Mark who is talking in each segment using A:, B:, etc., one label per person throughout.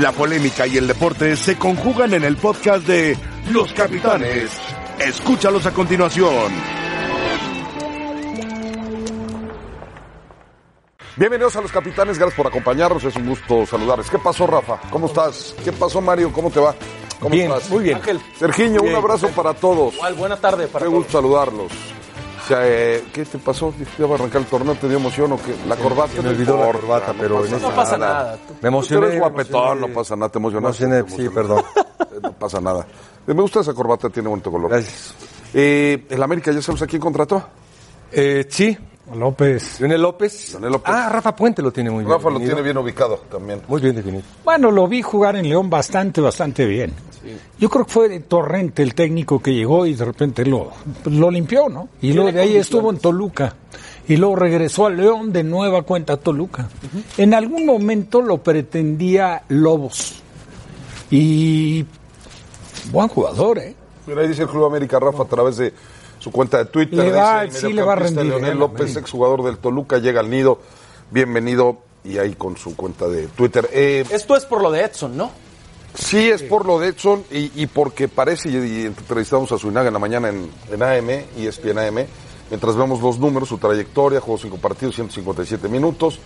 A: La polémica y el deporte se conjugan en el podcast de Los Capitanes. Escúchalos a continuación.
B: Bienvenidos a los capitanes, gracias por acompañarnos, es un gusto saludarles. ¿Qué pasó, Rafa? ¿Cómo estás? ¿Qué pasó, Mario? ¿Cómo te va? ¿Cómo
C: Bien,
B: estás?
C: muy bien.
B: Ángel. Sergiño, un
C: Bien.
B: abrazo para todos.
C: Igual, buena tarde para
B: Qué gusto saludarlos. O sea, eh, ¿Qué te pasó? ¿Ya va a arrancar el torneo? ¿Te dio emoción o qué? ¿La corbata?
D: se me olvidó la corbata, pero en
C: esta- No pasa nada.
B: Me emocioné.
D: Me emocioné,
B: Tú eres guapetón,
D: me emocioné.
B: no pasa nada. Te emocionaste.
D: emocioné,
B: te
D: sí, perdón.
B: Eh, No pasa nada. Eh, Me gusta esa corbata, tiene bonito color.
D: Gracias.
B: Eh, el América, ¿ya sabes a quién contrató?
D: Eh, sí,
E: López.
D: Leonel López.
B: Leonel López.
D: Ah, Rafa Puente lo tiene muy bien.
B: Rafa lo
D: definido.
B: tiene bien ubicado también.
D: Muy bien definido.
E: Bueno, lo vi jugar en León bastante, bastante bien. Yo creo que fue de Torrente el técnico que llegó y de repente lo, lo limpió, ¿no? Y luego de ahí estuvo en Toluca. Y luego regresó a León de nueva cuenta a Toluca. En algún momento lo pretendía Lobos. Y buen jugador, ¿eh?
B: Mira, ahí dice el Club América Rafa a través de su cuenta de Twitter.
E: Le va,
B: dice, el
E: sí le va a
B: mediocampista
E: rendir,
B: Leonel
E: eh,
B: López,
E: América.
B: exjugador del Toluca, llega al nido. Bienvenido. Y ahí con su cuenta de Twitter. Eh,
C: Esto es por lo de Edson, ¿no?
B: sí, es por lo de Edson y, y porque parece, y, y entrevistamos a Suinaga en la mañana en, en E AM, ESPN AM, mientras vemos los números, su trayectoria, jugó cinco partidos, 157 minutos.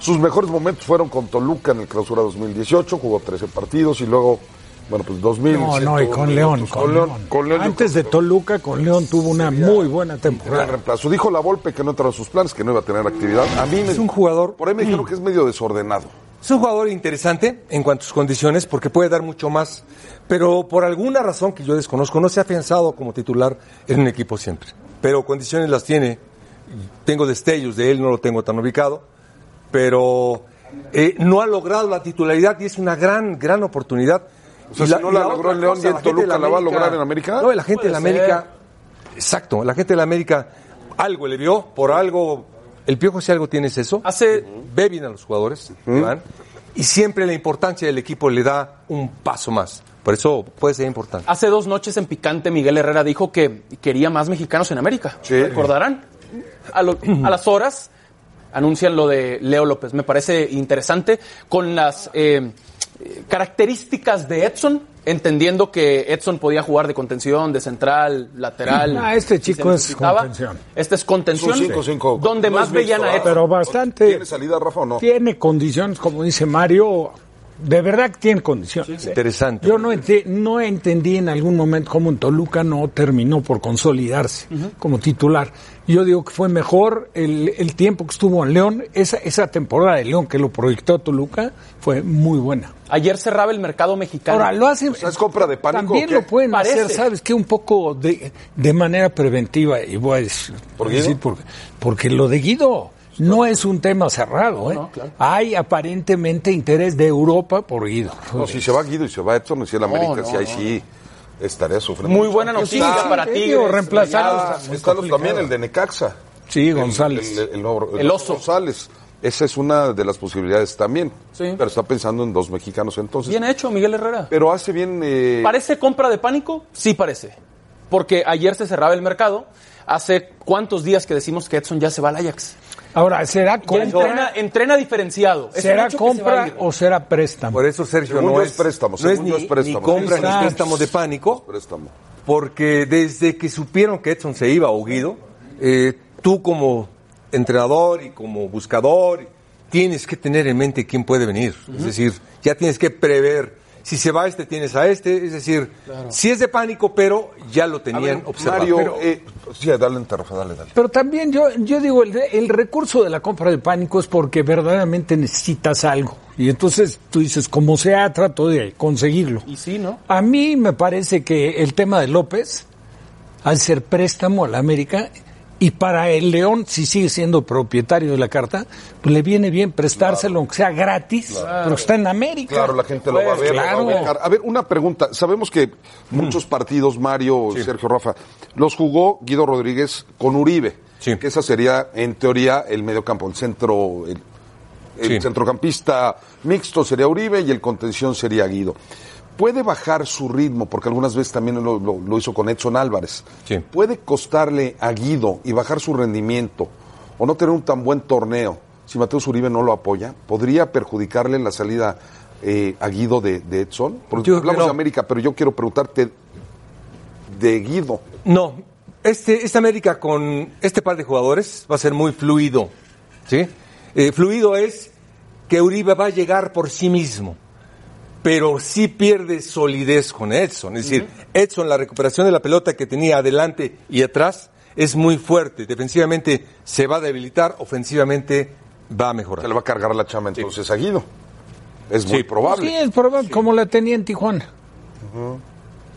B: Sus mejores momentos fueron con Toluca en el clausura 2018, jugó 13 partidos y luego, bueno, pues 2000.
E: No, no, y con León. Con León.
B: con León yo
E: Antes de Toluca, con León tuvo una muy buena
B: Gran
E: temporada.
B: reemplazo. Dijo la Volpe que no entraba en sus planes, que no iba a tener actividad. A mí me-
D: Es un jugador-
B: Por ahí me dijeron que es medio desordenado.
D: Es un jugador interesante en cuanto a sus condiciones porque puede dar mucho más, pero por alguna razón que yo desconozco no se ha pensado como titular en un equipo siempre. Pero condiciones las tiene, tengo destellos de él, no lo tengo tan ubicado, pero eh, no ha logrado la titularidad y es una gran, gran oportunidad.
B: O sea,
D: Y
B: si no la
D: y
B: logró en
D: otra
B: León
D: cosa,
B: y en
D: la gente
B: Toluca,
D: de
B: ¿la va a lograr en América?
D: No, la gente de la
C: Puede ser.
D: América, exacto, la gente de la América algo le vio, por algo, el piojo si algo tienes eso
C: Hace
D: ve bien a los jugadores, Iván, y siempre la importancia del equipo le da un paso más. Por eso puede ser importante.
C: Hace dos noches en Picante, Miguel Herrera dijo que quería más mexicanos en América.
B: Sí.
C: ¿Recordarán? A, lo- a las horas anuncian lo de Leo López. Me parece interesante con las eh, eh, características de Edson, entendiendo que Edson podía jugar de contención, de central, lateral.
E: Ah, este
C: si se
E: chico es
C: necesitaba.
E: contención.
C: Este es contención.
B: Es un 5-5.
C: Donde
B: No
C: más
B: es
C: veían
B: mixto,
C: a
B: ¿verdad?
C: Edson.
E: Pero bastante.
B: ¿Tiene salida, Rafa, o no?
E: Tiene condiciones, como dice Mario, de verdad que tiene condiciones. ¿eh?
D: Interesante.
E: Yo no, ente- no entendí en algún momento cómo en Toluca no terminó por consolidarse como titular. Yo digo que fue mejor el, el tiempo que estuvo en León. Esa, esa temporada de León que lo proyectó Toluca fue muy buena.
C: Ayer cerraba el mercado mexicano.
E: Ahora lo hacen.
B: sea, ¿es compra de pánico o
E: También
B: qué?
E: lo pueden
C: Parece.
E: hacer, ¿sabes qué? Un poco de, de manera preventiva. Y voy a decir,
B: ¿Por Guido?
E: decir porque, porque lo de Guido no es un tema cerrado. ¿eh?
C: No, claro.
E: Hay aparentemente interés de Europa por Guido.
B: No, si se va Guido y se va Edson, y si el América,
C: no,
B: si ahí
C: no.
B: sí estaría sufriendo.
C: Muy buena noticia
B: Está-
C: para
E: Sí,
C: ti.
E: digo, reemplazar-
B: Ah, está los- también el de Necaxa.
E: Sí, González.
B: El, el- el nuevo-
C: El oso.
B: González. Esa es una de las posibilidades también.
C: Sí.
B: Pero está pensando en dos mexicanos entonces.
C: Bien hecho, Miguel Herrera.
B: Pero hace bien. eh,
C: ¿Parece compra de pánico? Sí parece. Porque ayer se cerraba el mercado. Hace cuántos días que decimos que Edson ya se va al Ajax.
E: Ahora, ¿será
C: Ya
E: compra,
C: entrena, entrena diferenciado. Es un
E: ¿será
C: hecho que se va a
E: compra
C: ir.
E: o será préstamo?
D: Por eso Sergio
B: Según
D: no
B: yo
D: es,
B: es préstamo,
D: no es
B: según
D: ni,
B: yo es préstamo.
D: ni compra ni
E: Exacto.
D: préstamo de pánico,
B: Préstamo.
D: porque desde que supieron que Edson se iba o Guido, eh, tú como entrenador y como buscador tienes que tener en mente quién puede venir. Es decir, ya tienes que prever. Si se va este, tienes a este. Es decir, si es de pánico, pero ya lo
B: A
D: tenían
B: ver,
D: observado.
B: Mario,
D: Pero-
B: eh, sí, dale, enter, Rafa, dale, dale.
E: Pero también yo, yo digo, el, el recurso de la compra de pánico es porque verdaderamente necesitas algo. Y entonces tú dices, como sea, trato de conseguirlo.
C: Y sí, ¿no?
E: A mí me parece que el tema de López, al ser préstamo a la América, y para el León, si sigue siendo propietario de la carta, pues le viene bien prestárselo, aunque sea gratis, pero está en América. Pues,
B: Claro, la gente lo va a ver. lo va a
E: claro.
B: ubicar. A ver, una pregunta. Sabemos que muchos partidos, Mario, Sergio, Rafa, los jugó Guido Rodríguez con Uribe.
D: Sí.
B: Que esa sería, en teoría, el mediocampo, el centro, el, el
D: Sí.
B: centrocampista mixto sería Uribe y el contención sería Guido. Puede bajar su ritmo, porque algunas veces también lo, lo- lo hizo con Edson Álvarez.
D: Sí.
B: Puede costarle a Guido y bajar su rendimiento o no tener un tan buen torneo si Mateus Uribe no lo apoya, podría perjudicarle la salida eh, a Guido de, de Edson? Porque
D: Yo creo que
B: hablamos
D: no.
B: de América, pero yo quiero preguntarte de Guido.
D: No, este, esta América con este par de jugadores va a ser muy fluido. ¿sí? Eh, fluido es que Uribe va a llegar por sí mismo, pero sí pierde solidez con Edson. Es decir, Edson, la recuperación de la pelota que tenía adelante y atrás es muy fuerte. Defensivamente se va a debilitar, ofensivamente va a mejorar.
B: Se le va a cargar la chama entonces a Guido. Es muy probable.
E: Sí, es probable, como la tenía en Tijuana.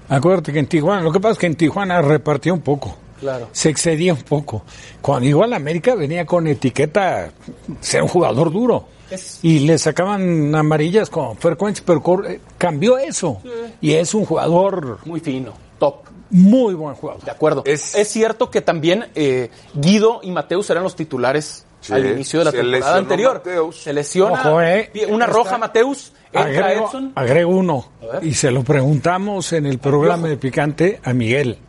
E: Acuérdate que en Tijuana, lo que pasa es que en Tijuana repartió un poco.
C: Claro.
E: Se excedía un poco. Cuando igual América venía con etiqueta ser un jugador duro.
C: Es-
E: Y le sacaban amarillas con frecuencia, pero cor- eh, cambió eso. Y es un jugador
C: Muy fino, top.
E: muy buen jugador.
C: De acuerdo.
D: Es-
C: Es, cierto que también eh, Guido y Mateus eran los titulares
B: Sí,
C: al inicio de la
B: se
C: temporada
B: lesionó
C: anterior.
B: Mateus.
C: Se lesiona
E: Ojo, eh.
C: pie- una
E: Está-
C: roja Mateus, entra
E: Agrego,
C: Edson.
E: agrego uno.
C: A ver.
E: Y se lo preguntamos en el programa de Picante a Miguel.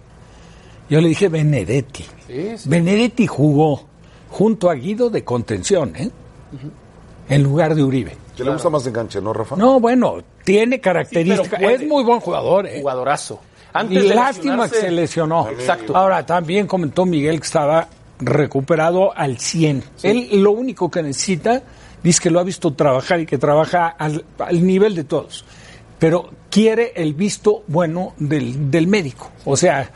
E: Yo le dije Benedetti.
C: Sí, sí.
E: Benedetti jugó junto a Guido de contención, ¿eh? En lugar de Uribe.
B: Que le gusta más de enganche, ¿no, Rafa?
E: No, bueno, tiene
C: Sí,
E: características.
C: pero puede.
E: es muy buen jugador, ¿eh?
C: Jugadorazo.
E: Y
C: Antes de
E: lástima que
C: lesionarse-
E: se lesionó.
C: Exacto.
E: Ahora, también comentó Miguel que estaba recuperado al 100. Él lo único que necesita, dice que lo ha visto trabajar y que trabaja al, al nivel de todos, pero quiere el visto bueno del, del médico. O sea,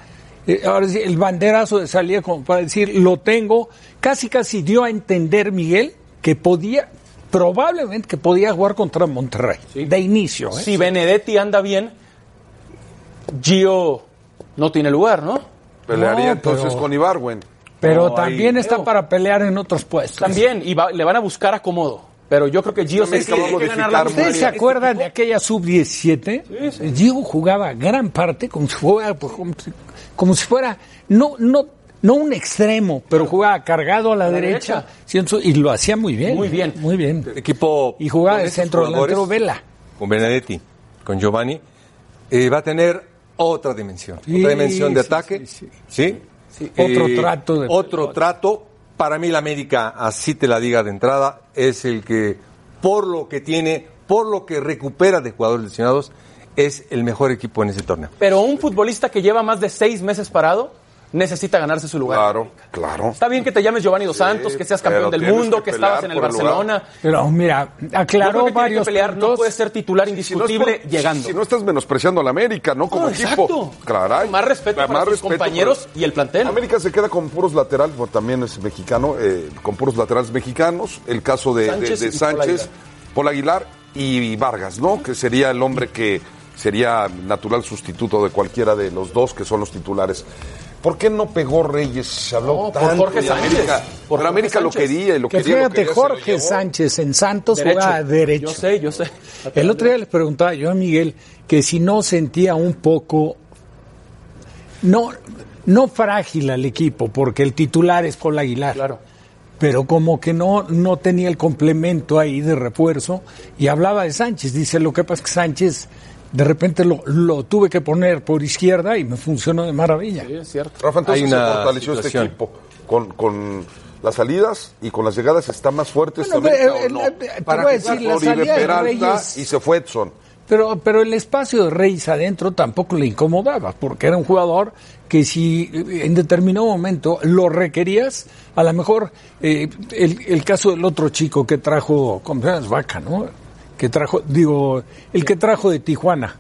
E: eh, ahora sí, el banderazo de salida como para decir, lo tengo, casi casi dio a entender Miguel que podía, probablemente que podía jugar contra Monterrey, de inicio.
B: Pues
E: ¿eh?
C: Si Benedetti anda bien, Gio no tiene lugar,
B: Pues
C: ¿no?
B: Pelearía
E: No,
B: entonces
E: pero-
B: con Ibarwen.
C: No,
E: Pero
C: ahí-
E: también está
C: Creo.
E: para pelear en otros puestos.
C: También, y va- le van a buscar acomodo. Pero yo creo que Gio se
B: América va a
C: tiene que ganar la
B: modificar
E: ¿Ustedes se
B: Este
E: acuerdan de aquella sub-17? Diego jugaba gran parte como si fuera, pues, como si- como si fuera no, no, no un extremo, pero jugaba cargado a la,
C: la
E: derecha.
C: derecha.
E: Siento- Y lo hacía muy bien.
C: Muy bien.
E: Muy bien.
D: equipo
E: Y jugaba
D: con
E: de
D: estos
E: centro
D: jugadores,
E: delantero Vela.
D: con Benedetti, con Giovanni, eh, va a tener otra dimensión,
E: Sí,
D: otra dimensión de
E: sí,
D: ataque,
E: sí,
D: sí, Eh,
E: Sí, otro trato de
D: otro trato. Para mí la América, así te la diga de entrada, es el que por lo que tiene, por lo que recupera de jugadores lesionados, es el mejor equipo en ese torneo.
C: Pero un futbolista que lleva más de seis meses parado necesita ganarse su lugar.
B: Claro, claro.
C: Está bien que te llames Giovanni Dos Santos, que seas campeón
B: pero
C: del
B: tienes
C: mundo, que,
B: que pelear
C: estabas en el
B: por el lugar.
C: Barcelona.
E: Pero mira,
C: Yo creo
E: aclaró
C: que tiene que
E: varios
C: pelear, no
E: puntos.
C: puede ser titular
B: Si no es por-
C: indiscutible llegando.
B: Si no estás menospreciando a la América, ¿no? Como
C: No,
B: equipo.
C: exacto.
B: Caray.
C: Más respeto para sus compañeros y el plantel.
B: América se queda con puros laterales, bueno, también es mexicano, eh, con puros laterales mexicanos. El caso de de- de
C: Sánchez
B: Sánchez,
C: y
B: Paul Aguilar y Vargas, ¿no? Que sería el hombre que sería natural sustituto de cualquiera de los dos que son los titulares. ¿Por qué no pegó Reyes? Se habló
C: No, por
B: tanto
C: Jorge
B: de
C: Sánchez.
B: América.
C: Por
B: Pero
C: Jorge
B: América lo
C: Sánchez.
B: quería y lo
E: Que
B: quería. lo
E: fíjate,
B: quería, se lo
E: Jorge
B: llevó.
E: Sánchez en Santos jugaba derecho.
C: Yo sé, yo sé.
E: El otro día le preguntaba yo a Miguel que si no sentía un poco, no, no frágil al equipo, porque el titular es Paul Aguilar.
C: Claro.
E: Pero como que no, no tenía el complemento ahí de refuerzo y hablaba de Sánchez. Dice, lo que pasa es que Sánchez de repente lo, lo tuve que poner por izquierda y me funcionó de maravilla.
C: Sí, es cierto.
B: Rafa, entonces
D: Hay
B: se
D: una
B: fortaleció
D: situación.
B: este equipo con, con las salidas y con las llegadas está más fuerte
E: Bueno,
B: esta América,
E: eh,
B: ¿o no?
E: eh, eh, te
B: Para
E: voy a
B: jugar
E: decir, la
B: Oribe
E: salida de
B: Peralta
E: Reyes-
B: y se fue Edson.
E: Pero, pero el espacio de Reyes adentro tampoco le incomodaba, porque era un jugador que si eh, en determinado momento lo requerías, a lo mejor eh, el, el caso del otro chico que trajo, ¿cómo se llama? Es Vaca, ¿no? Que trajo, digo, el que trajo de Tijuana,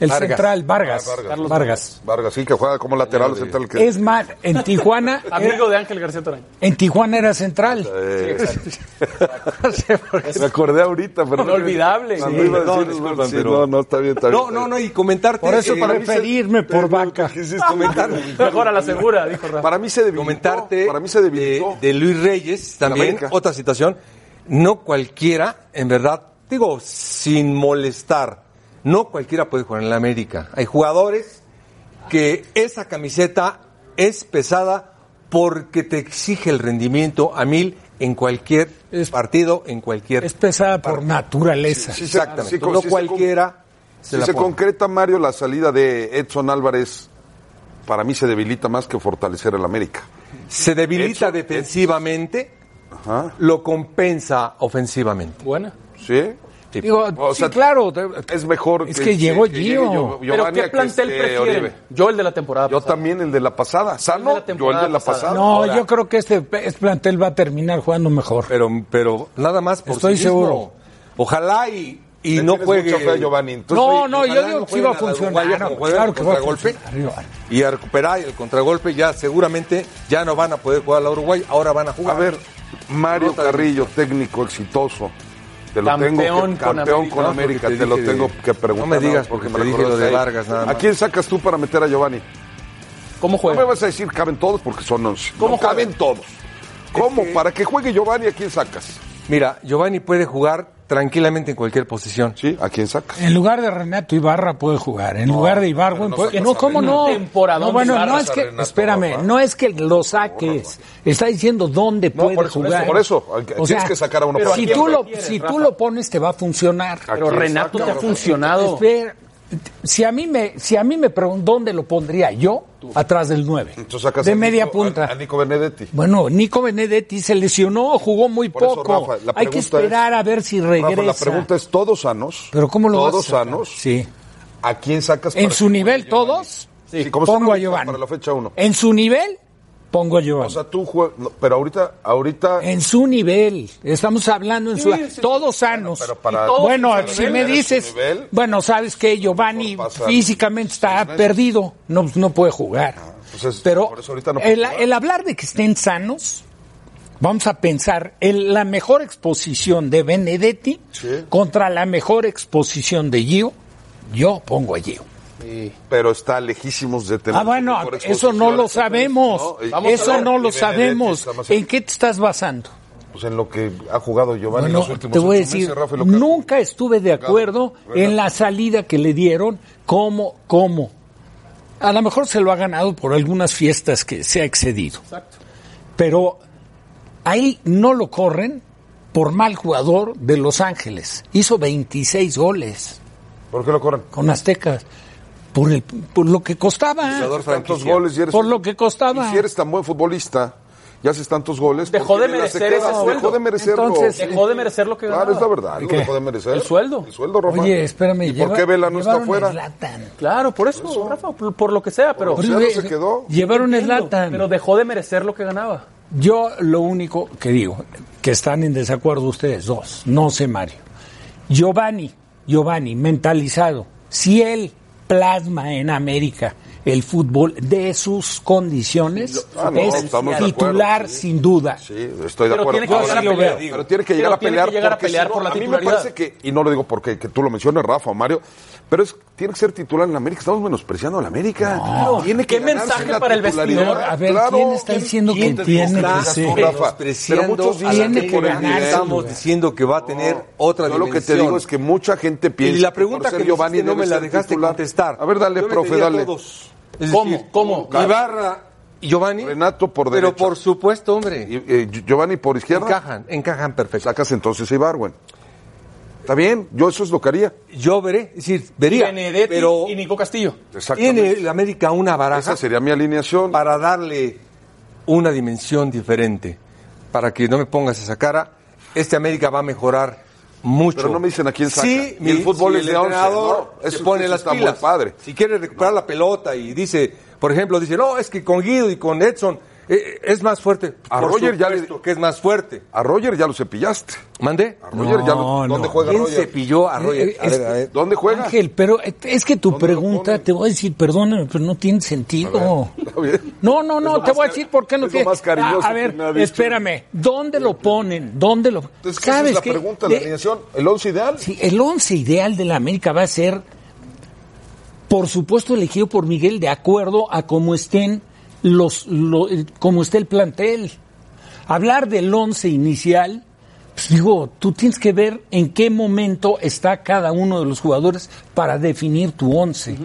E: el
D: Vargas.
E: central Vargas.
B: Ah, Vargas.
E: Vargas.
C: Carlos
B: Vargas, sí, que juega como lateral central. Que,
E: Es más, en Tijuana, era-
C: Amigo de Ángel García Torán.
E: en Tijuana era central.
B: eh,
E: No sé por qué.
B: me acordé ahorita. Pero
C: Inolvidable.
B: Cuando
D: Sí,
B: iba a
D: perdón,
B: decir,
D: disculpan,
B: sí,
D: pero-
B: No, no, está bien, está bien.
D: No, no, no, y comentarte...
E: Por eso
D: eh,
E: para
D: para mí se-
E: referirme por Vaca.
B: Quisiste comentar.
C: Mejor a la segura, dijo Rafa.
B: Para mí se debilitó.
D: comentarte
B: para mí se debilitó.
D: De, de Luis Reyes
B: En
D: también
B: América.
D: otra situación no cualquiera en verdad digo sin molestar no cualquiera puede jugar en la América hay jugadores que esa camiseta es pesada porque te exige el rendimiento a mil en cualquier
E: Es-
D: partido en cualquier
E: Es pesada por naturaleza.
B: Sí, sí,
D: exactamente
B: sí, con-
D: no
B: sí, se con-
D: cualquiera se
B: si
D: la
B: se
D: pone.
B: concreta, Mario, la salida de Edson Álvarez, para mí se debilita más que fortalecer el América.
D: se debilita
B: Edson-
D: defensivamente lo compensa ofensivamente.
C: Buena.
B: ¿Sí?
E: Digo,
B: O
E: sí,
B: sea,
E: claro. te-
B: Es mejor
E: Es que llegó Gio.
B: Gio-
C: Pero
B: Giovanni a
C: ¿qué
B: que
C: plantel
B: esté
C: prefieren?
B: Oribe.
C: Yo el de la temporada.
B: Yo
C: pasada.
B: también el de la pasada.
C: El de
B: Sano, yo el
C: la
B: de la
C: temporada pasada.
B: pasada.
E: No, yo creo que este, este plantel va a terminar jugando mejor.
D: Pero, pero nada más por
E: Estoy
D: sí mismo.
E: seguro.
D: Ojalá y, y
B: Le
D: no
B: tienes
D: juegue.
B: mucha fe a Giovanni. Entonces,
E: no,
B: oye,
E: no, yo
D: ojalá
E: digo
D: no
E: que sí va a
D: jueguen a la Uruguaya
E: funcionar. Ah,
D: como
E: no,
D: juegan
E: claro
D: el
E: que va a
D: contragolpe.
E: funcionar.
D: y a recuperar el contragolpe ya seguramente ya no van a poder jugar la Uruguay, ahora van a
B: A
D: jugar.
B: ver, Mario
D: Nota de
B: Carrillo, técnico exitoso. Te lo
C: Campeón
B: tengo
C: con
B: que, campeón
C: América.
B: con
C: No,
B: América,
D: porque
B: te,
D: te
B: lo
D: dije
B: tengo
D: de-
B: que preguntar.
D: no me digas,
B: nada más
D: porque me dije
B: recordaste
D: lo de
B: ahí.
D: Vargas, nada más.
B: ¿A quién sacas tú para meter a Giovanni?
C: ¿Cómo
B: No me
C: juega?
B: vas a decir caben todos porque son 11.
C: ¿Cómo
B: No caben todos? ¿Cómo? Para que juegue Giovanni, ¿a quién sacas?
D: Mira, Giovanni puede jugar tranquilamente en cualquier posición.
B: ¿Sí? ¿A quién sacas?
E: En lugar de Renato Ibarra puede jugar, en lugar de Ibargüen
B: no
E: puede-
B: sacas
E: no,
B: a
E: ¿cómo
C: Renato.
E: no?
C: Temporadón
E: No, bueno,
C: de
E: no
C: Ibarra
E: es
B: a
E: que,
B: Renato,
E: espérame,
B: Rafa.
E: no es que lo saques, está diciendo dónde
B: No,
E: puede
B: por eso,
E: jugar.
B: por eso, al que-
E: O
B: tienes
E: sea,
B: que sacar a uno
E: pero
B: para
E: si
B: que
E: tú
B: juegue.
E: lo, si tú lo pones te va a funcionar.
C: Pero
B: ¿A quién
C: Renato
B: saca,
C: te ha
B: Rafa?
C: funcionado.
E: Espera, si a mí me si a mí me preguntan dónde lo pondría yo atrás del 9,
B: Entonces sacas
E: de
B: a
E: media
B: Nico-
E: punta.
B: A, a Nico Benedetti.
E: Bueno, Nico Benedetti se lesionó, jugó muy
B: Por eso,
E: poco.
B: Rafa, la
E: Hay que
B: pregunta es-
E: esperar a ver si regresa.
B: Rafa, la pregunta es, ¿todos sanos?
E: Pero cómo lo vas a
B: ¿Todos
E: sacar?
B: sanos?
E: Sí.
B: ¿A quién sacas
E: En
B: para
E: su
B: que
E: nivel
B: juegue Giovanni?
E: todos.
B: Sí,
E: Sí,
B: como está
E: pongo a
B: ahorita,
E: Giovanni.
B: Para la fecha 1.
E: En su nivel pongo a Giovanni.
B: O sea, tú juegas... pero ahorita... ahorita
E: en su nivel, estamos hablando en su
C: Sí, sí,
E: todos sanos.
B: pero para-
C: todos
E: bueno,
C: en su
E: si
C: nivel,
E: me
B: en su
E: dices,
B: nivel,
E: bueno, sabes que Giovanni
B: mejor pasa
E: físicamente está
B: seis meses.
E: perdido, no pues, no puede jugar.
B: pues es-
E: pero
B: por eso ahorita no puede
E: el,
B: jugar.
E: el hablar de que estén sanos, vamos a pensar en la mejor exposición de Benedetti
B: Sí.
E: contra la mejor exposición de Gio. Yo pongo a Gio.
B: pero está lejísimos de tener.
E: Ah, bueno,
B: mejor
E: eso
B: exposición.
E: no lo
B: Entonces,
E: sabemos.
B: ¿no? Y-
C: Vamos a
E: Eso
C: ver.
E: no
B: y
E: lo
B: Benedetti
E: sabemos.
B: está más-
E: ¿En qué te estás basando?
B: Pues en lo que ha jugado Giovanni en
E: Bueno,
B: los últimos
E: te voy a
B: ocho
E: decir,
B: meses, Rafa, y lo que ha-
E: nunca estuve de acuerdo en la salida que le dieron, como, como. A lo mejor se lo ha ganado por algunas fiestas que se ha excedido. Pero ahí no lo corren por mal jugador de Los Ángeles. Hizo 26 goles
B: ¿Por qué lo corren?
E: con Aztecas por, el, por lo que costaba.
D: Jugador
B: Tantos
D: franquicia.
B: goles y eres
E: Por
B: un-
E: lo que costaba.
B: Y si eres tan buen futbolista y haces tantos goles.
C: Dejó
B: ¿por qué
C: de
B: en la
C: merecer
B: sequedad?
C: ese
B: Dejó
C: sueldo.
B: de merecerlo.
E: Entonces,
C: Dejó de merecer lo que ganaba.
B: Claro, es la verdad. Lo
E: qué?
B: dejó de merecer.
C: El sueldo.
B: El sueldo, Rafa.
E: Oye, espérame.
B: ¿Y por
E: lleva-
B: qué Vela no está
E: llevaron a
B: afuera?
E: Zlatan.
C: Claro, por eso, Rafa, por, por lo que sea, pero.
B: Por- Cristiano se quedó.
E: Llevaron el
C: Entiendo,
E: Latan.
C: Pero dejó de merecer lo que ganaba.
E: Yo lo único que digo, que están en desacuerdo ustedes dos, no sé Mario. Giovanni, Giovanni, mentalizado, si él plasma en América el fútbol de sus condiciones,
B: Ah, no,
E: es
B: estamos de acuerdo,
E: titular
B: sí.
E: sin duda.
B: Sí, estoy de
C: Pero
B: acuerdo.
C: tiene que
B: Ahora,
E: llegar a
B: sí lo
E: pelear.
B: veo. Pero tiene que
C: Pero
B: llegar a
C: tiene que
B: pelear,
C: llegar a
B: porque
C: pelear
B: si
C: por la
B: a mí me
C: titularidad.
B: parece que, y no lo digo porque que tú lo menciones, Rafa o Mario, pero es, tiene que ser titular en la América. Estamos menospreciando a la América. Tiene que
C: ¿Qué
B: ganarse
C: mensaje
B: la
C: para el vestidor?
B: titularidad.
E: A ver,
B: Claro.
E: ¿quién está diciendo que
B: te
E: tiene
B: dijo
E: que
B: estás
E: ser?
B: tú, Rafa? Pero muchos
E: a la
B: dicen que
E: América
B: por el
E: ganarse,
B: nivel.
E: estamos
D: estamos diciendo que va a tener otra
B: Yo lo que te digo es que mucha gente piensa.
D: y la pregunta
B: por
D: que
B: ser
D: me hiciste no
B: debe
D: me la
B: ser
D: dejaste
B: titular.
D: contestar.
B: A ver, dale,
D: Yo le
B: profe,
D: pedí a
B: dale.
D: todos. Es
C: ¿Cómo?
D: decir,
C: ¿Cómo?
D: Ibarra y Giovanni.
B: Renato por
D: Pero
B: derecha.
D: por supuesto, hombre.
B: Y, eh, Giovanni por izquierda.
D: Encajan, encajan perfecto.
B: Sacas entonces a Ibarwen. Está bien, yo eso es lo que haría.
D: Yo veré, es decir, vería.
C: Benedetti
D: pero
C: y Nico Castillo.
D: tiene el América una baraja
B: Esa sería mi alineación.
D: para darle una dimensión diferente. Para que no me pongas esa cara, este América va a mejorar mucho.
B: Pero no me dicen a quién saca.
D: Sí,
B: Y el fútbol es
D: el
B: de once,
D: entrenador
B: ¿no?
D: se
B: Eso-
D: pone
B: eso
D: las
B: está muy
D: pilas.
B: padre.
D: Si quiere recuperar la pelota y dice, por ejemplo, dice, no, es que con Guido y con Edson eh, es más fuerte.
B: A
D: Por
B: Roger ya le-
D: supuesto que es más fuerte.
B: A Roger ya lo cepillaste.
D: ¿Mandé?
B: A Roger
E: No,
B: ya lo...
E: no.
B: ¿Dónde juega
D: ¿Quién
B: Roger?
D: cepilló a
E: Eh,
D: Roger? A
E: es
D: ver,
E: que-
D: a ver.
B: ¿Dónde juega?
E: Ángel, pero es que tu
B: ¿Dónde lo
E: pregunta,
B: pones?
E: te voy a decir, perdóname, pero no tiene sentido.
B: Está bien.
E: No, no, no,
B: Es lo
E: te
B: más
E: voy a
B: cari-
E: decir por qué no
B: es lo
E: tiene.
B: más cariñoso
E: Ah, a
B: que
E: ver,
B: me ha dicho.
E: espérame, ¿dónde lo ponen? ¿Dónde lo
B: Entonces, ¿qué esa es la
E: qué?
B: pregunta, la
E: De-
B: alineación? ¿El once ideal?
E: sí, el once ideal de la América va a ser, por supuesto, elegido por Miguel de acuerdo a cómo estén los, lo- eh, cómo esté el plantel. Hablar del once inicial, pues digo, tú tienes que ver en qué momento está cada uno de los jugadores para definir tu once.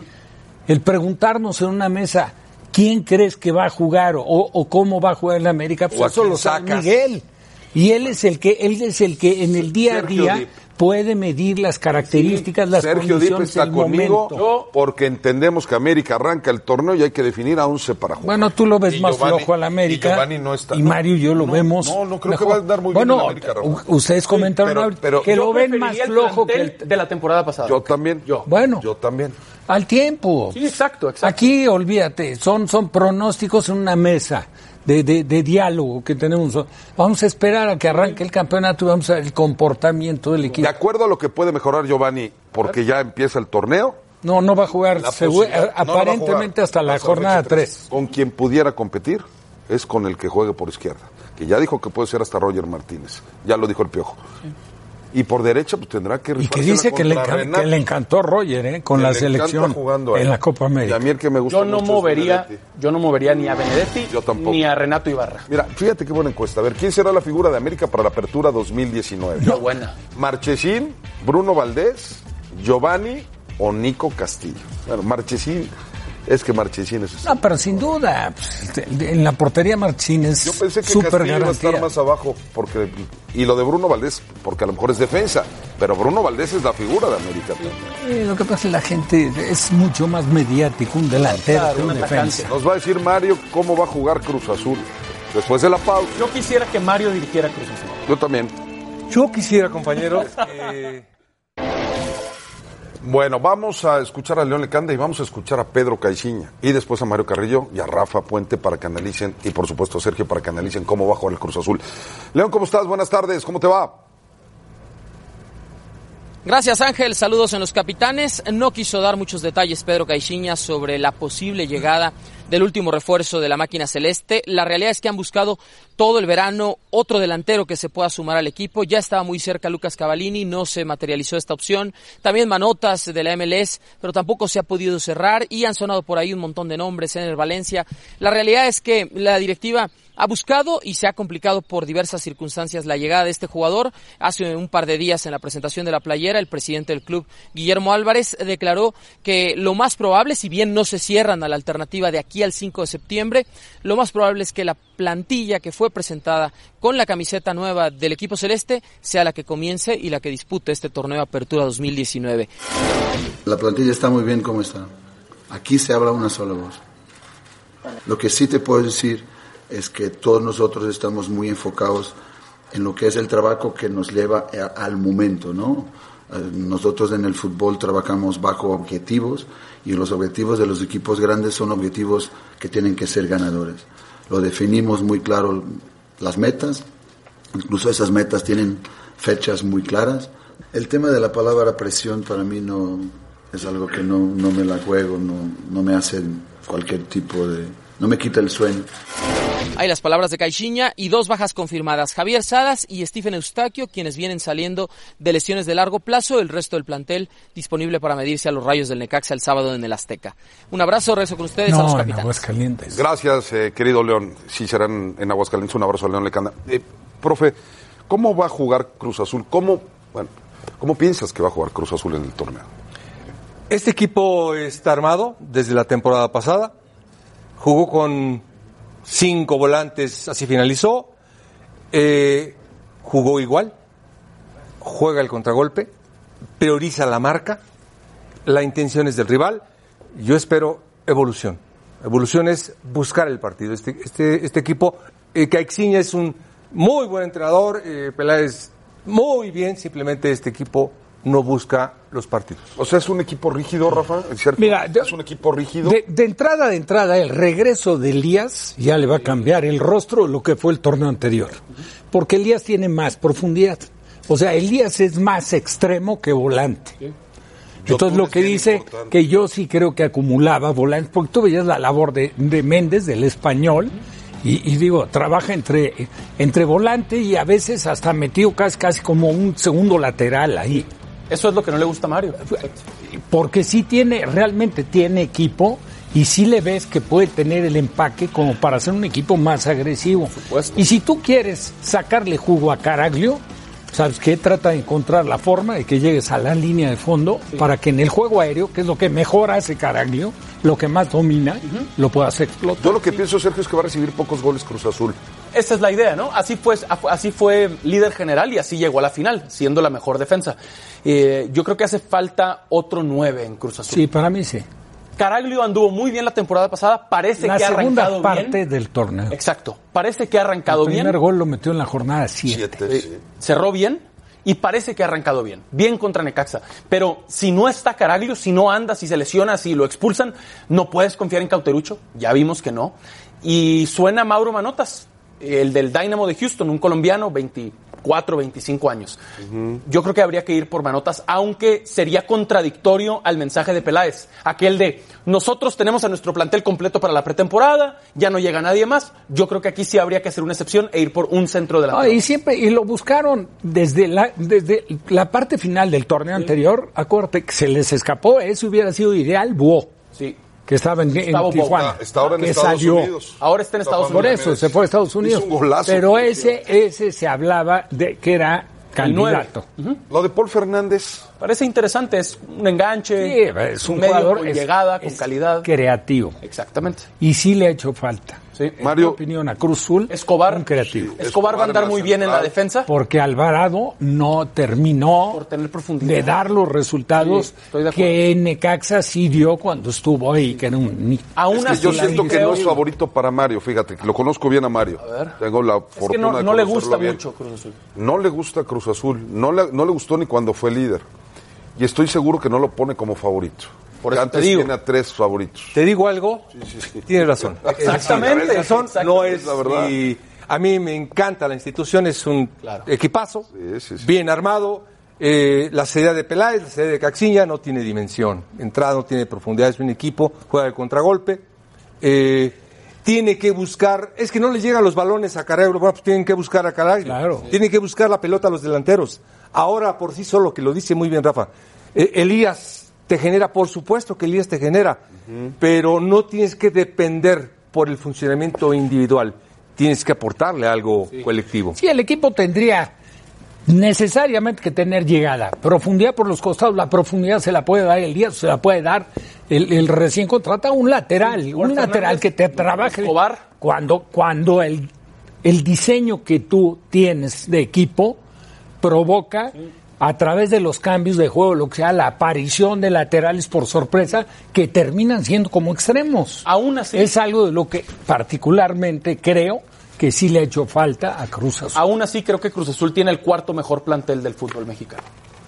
E: El preguntarnos en una mesa quién crees que va a jugar o, o cómo va a jugar el América,
D: a
E: pues eso
D: quién
E: lo saca
D: sacas.
E: Miguel. Y él es el que él es el que en el día a
B: Sergio
E: día
B: Dip.
E: puede medir las características, las
B: Sergio Dip
E: condiciones,
B: está
E: el
B: conmigo
E: momento.
B: porque entendemos que América arranca el torneo y hay que definir a 11 para jugar.
E: Bueno, tú lo ves
B: Y
E: más
B: Giovanni-
E: flojo al América.
B: Y Giovanni no está.
E: y Mario y yo lo
B: no,
E: vemos.
B: No, no creo que va a andar muy
E: bueno,
B: bien el América. Raúl.
E: u- ustedes comentaron
B: pero-
E: ahorita
B: pero-
E: que
B: Yo
E: lo ven más
C: preferiría el
E: flojo que
C: plantel
E: el-
C: de la temporada pasada.
B: Yo también. Yo.
E: Bueno.
B: Yo también.
E: al tiempo.
C: Sí, exacto, exacto.
E: Aquí, olvídate, son, son pronósticos en una mesa de, de- de diálogo que tenemos. Vamos a esperar a que arranque el campeonato y vamos a ver el comportamiento del
B: De
E: equipo.
B: acuerdo a lo que puede mejorar Giovanni, porque ya empieza el torneo.
E: No, no va a jugar,
B: la
E: seguro-
B: posibilidad- no la va a
E: a-
B: jugar.
E: eh, aparentemente hasta la
B: Hasta
E: jornada
B: fecha tres.
E: 3.
B: Con quien pudiera competir es con el que juegue por izquierda, que ya dijo que puede ser hasta Roger Martínez, ya lo dijo el Piojo. Y por derecha pues tendrá que
E: Y que
B: rifársela
E: dice que le,
B: contra
E: encan-
B: Renato,
E: que le encantó Roger eh, con
B: que
E: la
B: le encanta
E: selección
B: jugando a
E: en
B: él.
E: la
B: Y
E: Copa
B: a
E: América.
B: mí el que me gusta
C: Yo no
B: mucho es
C: movería,
B: Benedetti.
C: yo no movería ni a Benedetti
B: Yo tampoco.
C: ni a Renato Ibarra.
B: Mira, fíjate qué buena encuesta. A ver, ¿quién será la figura de América para la apertura 2019?
C: Está buena.
B: Marchesín, Bruno Valdés, Giovanni o Nico Castillo. Bueno, Marchesín, es que Marchesín es...
E: No, pero sin duda, pues, el- en la portería Martínez
B: Yo pensé que
E: super
B: Castillo iba a estar
E: garantía.
B: más abajo porque y lo de Bruno Valdés porque a lo mejor es defensa, pero Bruno Valdés es la figura de América. también.
E: Eh, lo que pasa es que la gente es mucho más mediático un delantero
C: Claro,
E: que un
C: un atacante.
E: defensa.
B: Nos va a decir Mario cómo va a jugar Cruz Azul después de la pausa.
C: Yo quisiera que Mario dirigiera Cruz Azul.
B: Yo también.
D: Yo quisiera, compañeros, eh,
B: Bueno, vamos a escuchar a León Lecanda y vamos a escuchar a Pedro Caixinha y después a Mario Carrillo y a Rafa Puente para que analicen y por supuesto a Sergio para que analicen cómo va a jugar el Cruz Azul. León, ¿cómo estás? Buenas tardes, ¿cómo te va?
F: Gracias Ángel, saludos en los capitanes. No quiso dar muchos detalles Pedro Caixinha sobre la posible llegada del último refuerzo de la máquina celeste. La realidad es que han buscado todo el verano otro delantero que se pueda sumar al equipo. Ya estaba muy cerca Lucas Cavalini, no se materializó esta opción. También Manotas de la MLS, pero tampoco se ha podido cerrar y han sonado por ahí un montón de nombres en el Valencia. La realidad es que la directiva ha buscado y se ha complicado por diversas circunstancias la llegada de este jugador. Hace un par de días en la presentación de la playera, el presidente del club, Guillermo Álvarez, declaró que lo más probable, si bien no se cierran a la alternativa de aquí al 5 de septiembre, lo más probable es que la plantilla que fue presentada con la camiseta nueva del equipo celeste sea la que comience y la que dispute este torneo Apertura 2019.
G: La plantilla está muy bien como está. Aquí se habla una sola voz. Lo que sí te puedo decir es que todos nosotros estamos muy enfocados en lo que es el trabajo que nos lleva a- al momento, ¿no? Eh, Nosotros en el fútbol trabajamos bajo objetivos y los objetivos de los equipos grandes son objetivos que tienen que ser ganadores. Lo definimos muy claro las metas, Incluso esas metas tienen fechas muy claras. El tema de la palabra presión para mí no es algo que no, no me la juego, no, no me hace cualquier tipo de... no me quita el sueño.
F: Hay las palabras de Caixinha y dos bajas confirmadas, Javier Sadas y Stephen Eustaquio, quienes vienen saliendo de lesiones de largo plazo, el resto del plantel disponible para medirse a los rayos del Necaxa el sábado en el Azteca. Un abrazo, rezo con ustedes a los
E: No, en
F: capitanes.
E: Aguascalientes.
B: Gracias, eh, querido León. Sí, serán en Aguascalientes. Un abrazo a León Lecanda. Eh, profe, ¿cómo va a jugar Cruz Azul? ¿Cómo, bueno, ¿Cómo piensas que va a jugar Cruz Azul en el torneo?
D: este equipo está armado desde la temporada pasada. Jugó con cinco volantes, así finalizó. Eh, jugó igual. Juega el contragolpe. Prioriza la marca. La intención es del rival. Yo espero evolución. Evolución es buscar el partido. Este, este, este equipo, eh, Caixinha es un muy buen entrenador, eh, Peláez muy bien, simplemente este equipo no busca los partidos.
B: O sea, ¿es un equipo rígido, Rafa? ¿Es cierto?
E: Mira, yo-
B: ¿Es un equipo rígido?
E: De, de entrada, de entrada, el regreso de Elías ya le va a cambiar el rostro lo que fue el torneo anterior. Porque Elías tiene más profundidad. O sea, Elías es más extremo que volante. Entonces, lo
B: es
E: que
B: bien
E: dice
B: importante.
E: que yo sí creo que acumulaba volantes, porque tú veías la labor de, de Méndez, del español, y, y digo, trabaja entre, entre volante y a veces hasta metido casi, casi como un segundo lateral ahí
C: Eso es lo que no le gusta a Mario.
E: porque sí tiene, realmente tiene equipo y sí le ves que puede tener el empaque como para ser un equipo más agresivo.
C: supuesto.
E: Y si tú quieres sacarle jugo a Caraglio, ¿sabes qué? Trata de encontrar la forma de que llegues a la línea de fondo para que en el juego aéreo, que es lo que mejor hace Caraglio, lo que más domina, lo puedas explotar.
B: Yo lo que pienso, Sergio, es que va a recibir pocos goles Cruz Azul.
C: Esa es la idea, ¿no? Así fue, así fue líder general y así llegó a la final, siendo la mejor defensa. Eh, yo creo que hace falta otro 9 en Cruz Azul.
E: Sí, para mí sí.
C: Caraglio anduvo muy bien la temporada pasada, parece
E: La
C: que ha
E: segunda
C: arrancado
E: parte
C: bien.
E: del torneo.
C: Exacto, parece que ha arrancado
E: El
C: bien.
E: primer gol lo metió en la jornada 7.
B: Siete, sí.
C: cerró bien y parece que ha arrancado bien, bien contra Necaxa. Pero si no está Caraglio, si no anda, si se lesiona, si lo expulsan, no puedes confiar en Cauterucho, ya vimos que no. Y suena Mauro Manotas, el del Dynamo de Houston, un colombiano, 24, 25 años. Yo creo que habría que ir por Manotas, aunque sería contradictorio al mensaje de Peláez, aquel de nosotros tenemos a nuestro plantel completo para la pretemporada, ya no llega nadie más. Yo creo que aquí sí habría que hacer una excepción e ir por un centro de la
E: Ah, y siempre y lo buscaron desde la desde la parte final del torneo anterior. Acuérdate que se les escapó, eso hubiera sido ideal, Buo,
C: Sí.
E: que estaba en, en
C: Estaba Buo.
E: Tijuana.
B: Está, está ahora en
E: que
B: Estados
E: salió.
B: Unidos.
C: Ahora está en Estados
B: Tapando
E: Por
B: la
C: Unidos.
E: eso
B: América.
E: se fue a Estados
B: Hizo
E: Unidos.
B: un golazo.
E: Pero ese ese se hablaba de que era
C: El nueve.
E: candidato.
B: Lo de Paul Fernández,
C: Parece interesante, es un enganche,
E: Sí, es un
C: medio
E: jugador
C: con
E: es-
C: llegada, con
E: es
C: calidad.
E: Creativo.
C: Exactamente.
E: Y sí le ha hecho falta.
C: Sí.
E: Mi
B: Mario,
E: opinión a Cruz Azul,
C: Escobar,
E: un creativo.
C: Escobar va a andar muy bien en la defensa
E: Porque Alvarado no
C: por
E: terminó
C: tener profundidad.
E: de dar los resultados
C: Sí, estoy de acuerdo.
E: que Necaxa sí dio cuando estuvo ahí, que era un... ni-
C: Aún
B: es que
C: así,
B: yo siento que
C: creo-
B: no es favorito para Mario, fíjate, que lo conozco bien a Mario. Tengo la
C: Es que
B: fortuna
C: no,
B: de
C: no le
B: conocerlo
C: gusta
B: bien.
C: mucho Cruz Azul.
B: No le gusta Cruz Azul, no le, no le gustó ni cuando fue líder. Y estoy seguro que no lo pone como favorito.
C: Por
B: Porque
C: eso
B: antes
C: te digo.
B: tiene a tres favoritos.
D: ¿Te digo algo? Tienes razón.
C: Exactamente.
D: Tienes razón. No
C: Exactamente.
D: es la verdad. Y a mí me encanta la institución, es un
C: Claro.
D: equipazo,
B: Sí, sí, sí.
D: bien armado. eh, la seriedad de Peláez, la seriedad de Caxiña no tiene dimensión. Entrada no tiene profundidad, es un equipo, juega de contragolpe. eh, tiene que buscar, es que no le llegan los balones a Caraglio, bueno, pues tienen que buscar a Caraglio.
E: Claro. Sí.
D: Tienen que buscar la pelota a los delanteros. Ahora, por sí solo, que lo dice muy bien Rafa, eh, Elías te genera, por supuesto que Elías te genera, pero no tienes que depender por el funcionamiento individual. Tienes que aportarle algo colectivo.
E: Sí, el equipo tendría necesariamente que tener llegada, profundidad por los costados, la profundidad se la puede dar el día, se la puede dar el, el recién contratado, un lateral, un
C: Fernández,
E: lateral que te trabaje
C: Escobar.
E: cuando cuando el el diseño que tú tienes de equipo provoca a través de los cambios de juego, lo que sea la aparición de laterales por sorpresa que terminan siendo como extremos.
C: Aún así,
E: Es algo de lo que particularmente creo que sí le ha hecho falta a Cruz Azul.
C: aún así creo que Cruz Azul tiene el cuarto mejor plantel del fútbol mexicano.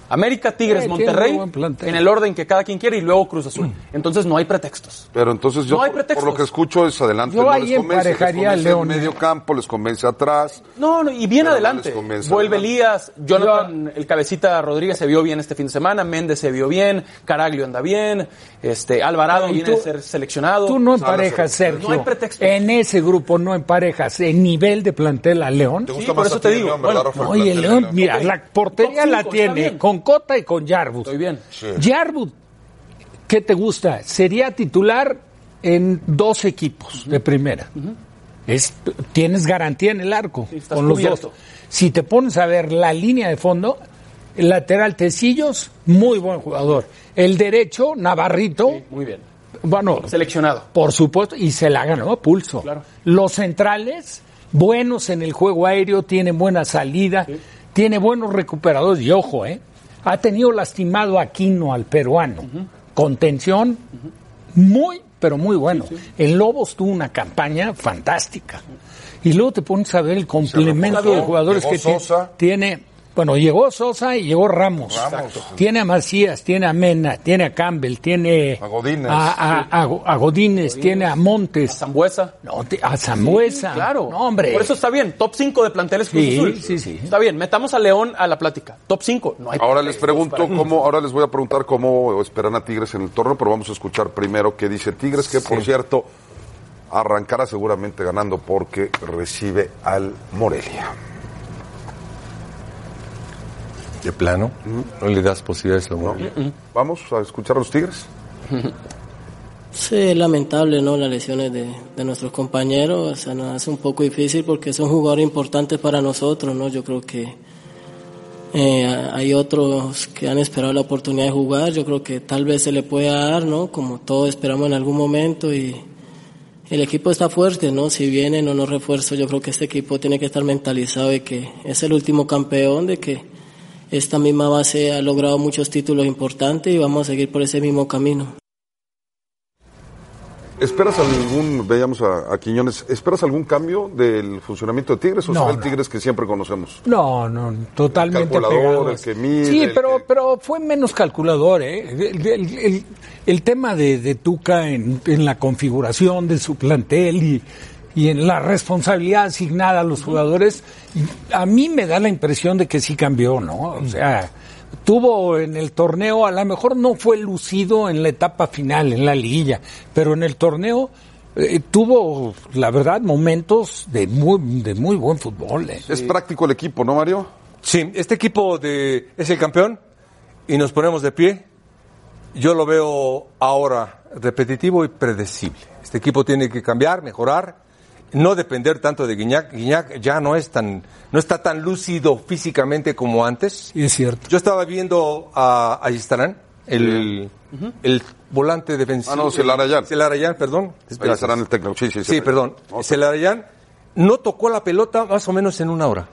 C: América, Tigres,
E: Eh, tiene muy
C: Monterrey,
E: buen plantel. Mm.
C: en el orden que cada quien quiere y luego Cruz Azul. Entonces no hay pretextos.
B: Pero entonces yo,
C: No hay
B: por- por
C: pretextos.
B: lo que escucho, es adelante.
E: Yo
B: no
E: ahí
B: les convence, les
E: emparejaría a
B: convence en
E: León, ¿eh?
B: medio campo, les convence atrás.
C: No, no, y bien
B: Pero no
C: adelante.
B: les convence,
C: Vuelve
B: ¿verdad?
C: Elías, Jonathan, el cabecita Rodríguez se vio bien este fin de semana, Méndez se vio bien, Caraglio anda bien, este Alvarado
E: Y
C: viene
E: tú-
C: a ser seleccionado.
E: Tú no
B: Sala,
E: emparejas,
B: Sergio.
E: Sergio.
C: No hay pretexto.
E: En ese grupo no emparejas. En nivel de plantel a León.
B: ¿Te
C: Sí,
B: gusta
C: por
B: más
C: eso
B: a
C: te
B: ti,
C: digo,
B: León, verdad,
C: bueno,
B: Rafa?
E: Oye,
B: El plantel de
E: León,
B: León.
E: mira,
C: Ok.
E: la portería
C: Top
E: la
C: cinco, está
E: tiene
C: bien.
E: con Cota y con Yarbus.
C: Estoy bien.
E: Yarbus, ¿qué te gusta? Sería titular en dos equipos de primera. Es- tienes garantía en el arco
C: Sí, estás
E: con los
C: cubierto.
E: dos. Si te pones a ver la línea de fondo, el lateral Tecillos, muy buen jugador. El derecho, Navarrito,
C: Muy bien.
E: bueno,
C: Seleccionado.
E: por supuesto, y se la ganó a pulso.
C: Claro.
E: Los centrales, buenos en el juego aéreo, tienen buena salida, tiene buenos recuperadores. Y ojo, ¿eh? ha tenido lastimado a Aquino, al peruano. Contención, muy, pero muy bueno. El Lobos tuvo una campaña fantástica. Y luego te pones a ver el complemento
B: reforzó,
E: de jugadores
B: llegó
E: que ti-
B: Sosa.
E: tiene. Bueno, llegó Sosa y llegó Ramos.
B: Ramos.
E: Tiene a Macías, tiene a Mena, tiene a Campbell, tiene
B: A Godínez.
E: a- a, a, Go- a Godínez, tiene a Montes,
C: Zambuesa.
E: no, te- a Zambuesa.
C: Claro.
E: No, hombre.
C: Por eso está bien. Top 5 de planteles Cruz
E: Sí,
C: Azul.
E: sí, sí.
C: Está bien. Metamos a León a la plática. Top 5. No hay
B: Ahora les
C: pretextos
B: pregunto
C: para-
B: cómo, ahora les voy a preguntar cómo esperan a Tigres en el torneo, pero vamos a escuchar primero qué dice Tigres, que por cierto arrancará seguramente ganando porque recibe al Morelia.
D: De plano, no le das posibilidades a Morelia.
B: Vamos a escuchar a los Tigres.
H: Sí, es lamentable, ¿no? Las lesiones de, de nuestros compañeros, o sea, nos hace un poco difícil porque son jugadores importantes para nosotros, ¿no? Yo creo que eh, hay otros que han esperado la oportunidad de jugar, yo creo que tal vez se le pueda dar, ¿no? Como todos esperamos en algún momento y, el equipo está fuerte, ¿no? Si vienen o no refuerzos, yo creo que este equipo tiene que estar mentalizado de que es el último campeón, de que esta misma base ha logrado muchos títulos importantes y vamos a seguir por ese mismo camino.
B: ¿Esperas algún, veamos a, a Quiñones, ¿esperas algún cambio del funcionamiento de Tigres o
E: No,
B: será el
E: no.
B: Tigres que siempre conocemos?
E: No, no, totalmente
B: calculador,
E: pegado.
B: el que mide,
E: sí,
B: el
E: pero, pero fue menos calculador. ¿eh? El, el- el- el tema de, de Tuca en, en la configuración de su plantel y, y en la responsabilidad asignada a los jugadores, a mí me da la impresión de que sí cambió, ¿no? O sea, tuvo en el torneo, a lo mejor no fue lucido en la etapa final, en la liguilla, pero en el torneo... eh, tuvo, la verdad, momentos de muy, de muy buen fútbol. ¿eh?
B: Es práctico el equipo, ¿no, Mario?
D: Sí, este equipo de, es el campeón y nos ponemos de pie. Yo lo veo ahora repetitivo y predecible. Este equipo tiene que cambiar, mejorar, no depender tanto de Guiñac. Guiñac ya no es tan, no está tan lúcido físicamente como antes.
E: Y es cierto.
D: Yo estaba viendo a, a Istarán, el, el volante defensivo.
B: Ah, no, Celarayán.
D: Celarayán, perdón.
B: Ahí estarán el técnico. Sí, sí,
D: Sí, perdón. Celarayán no tocó la pelota más o menos en una hora.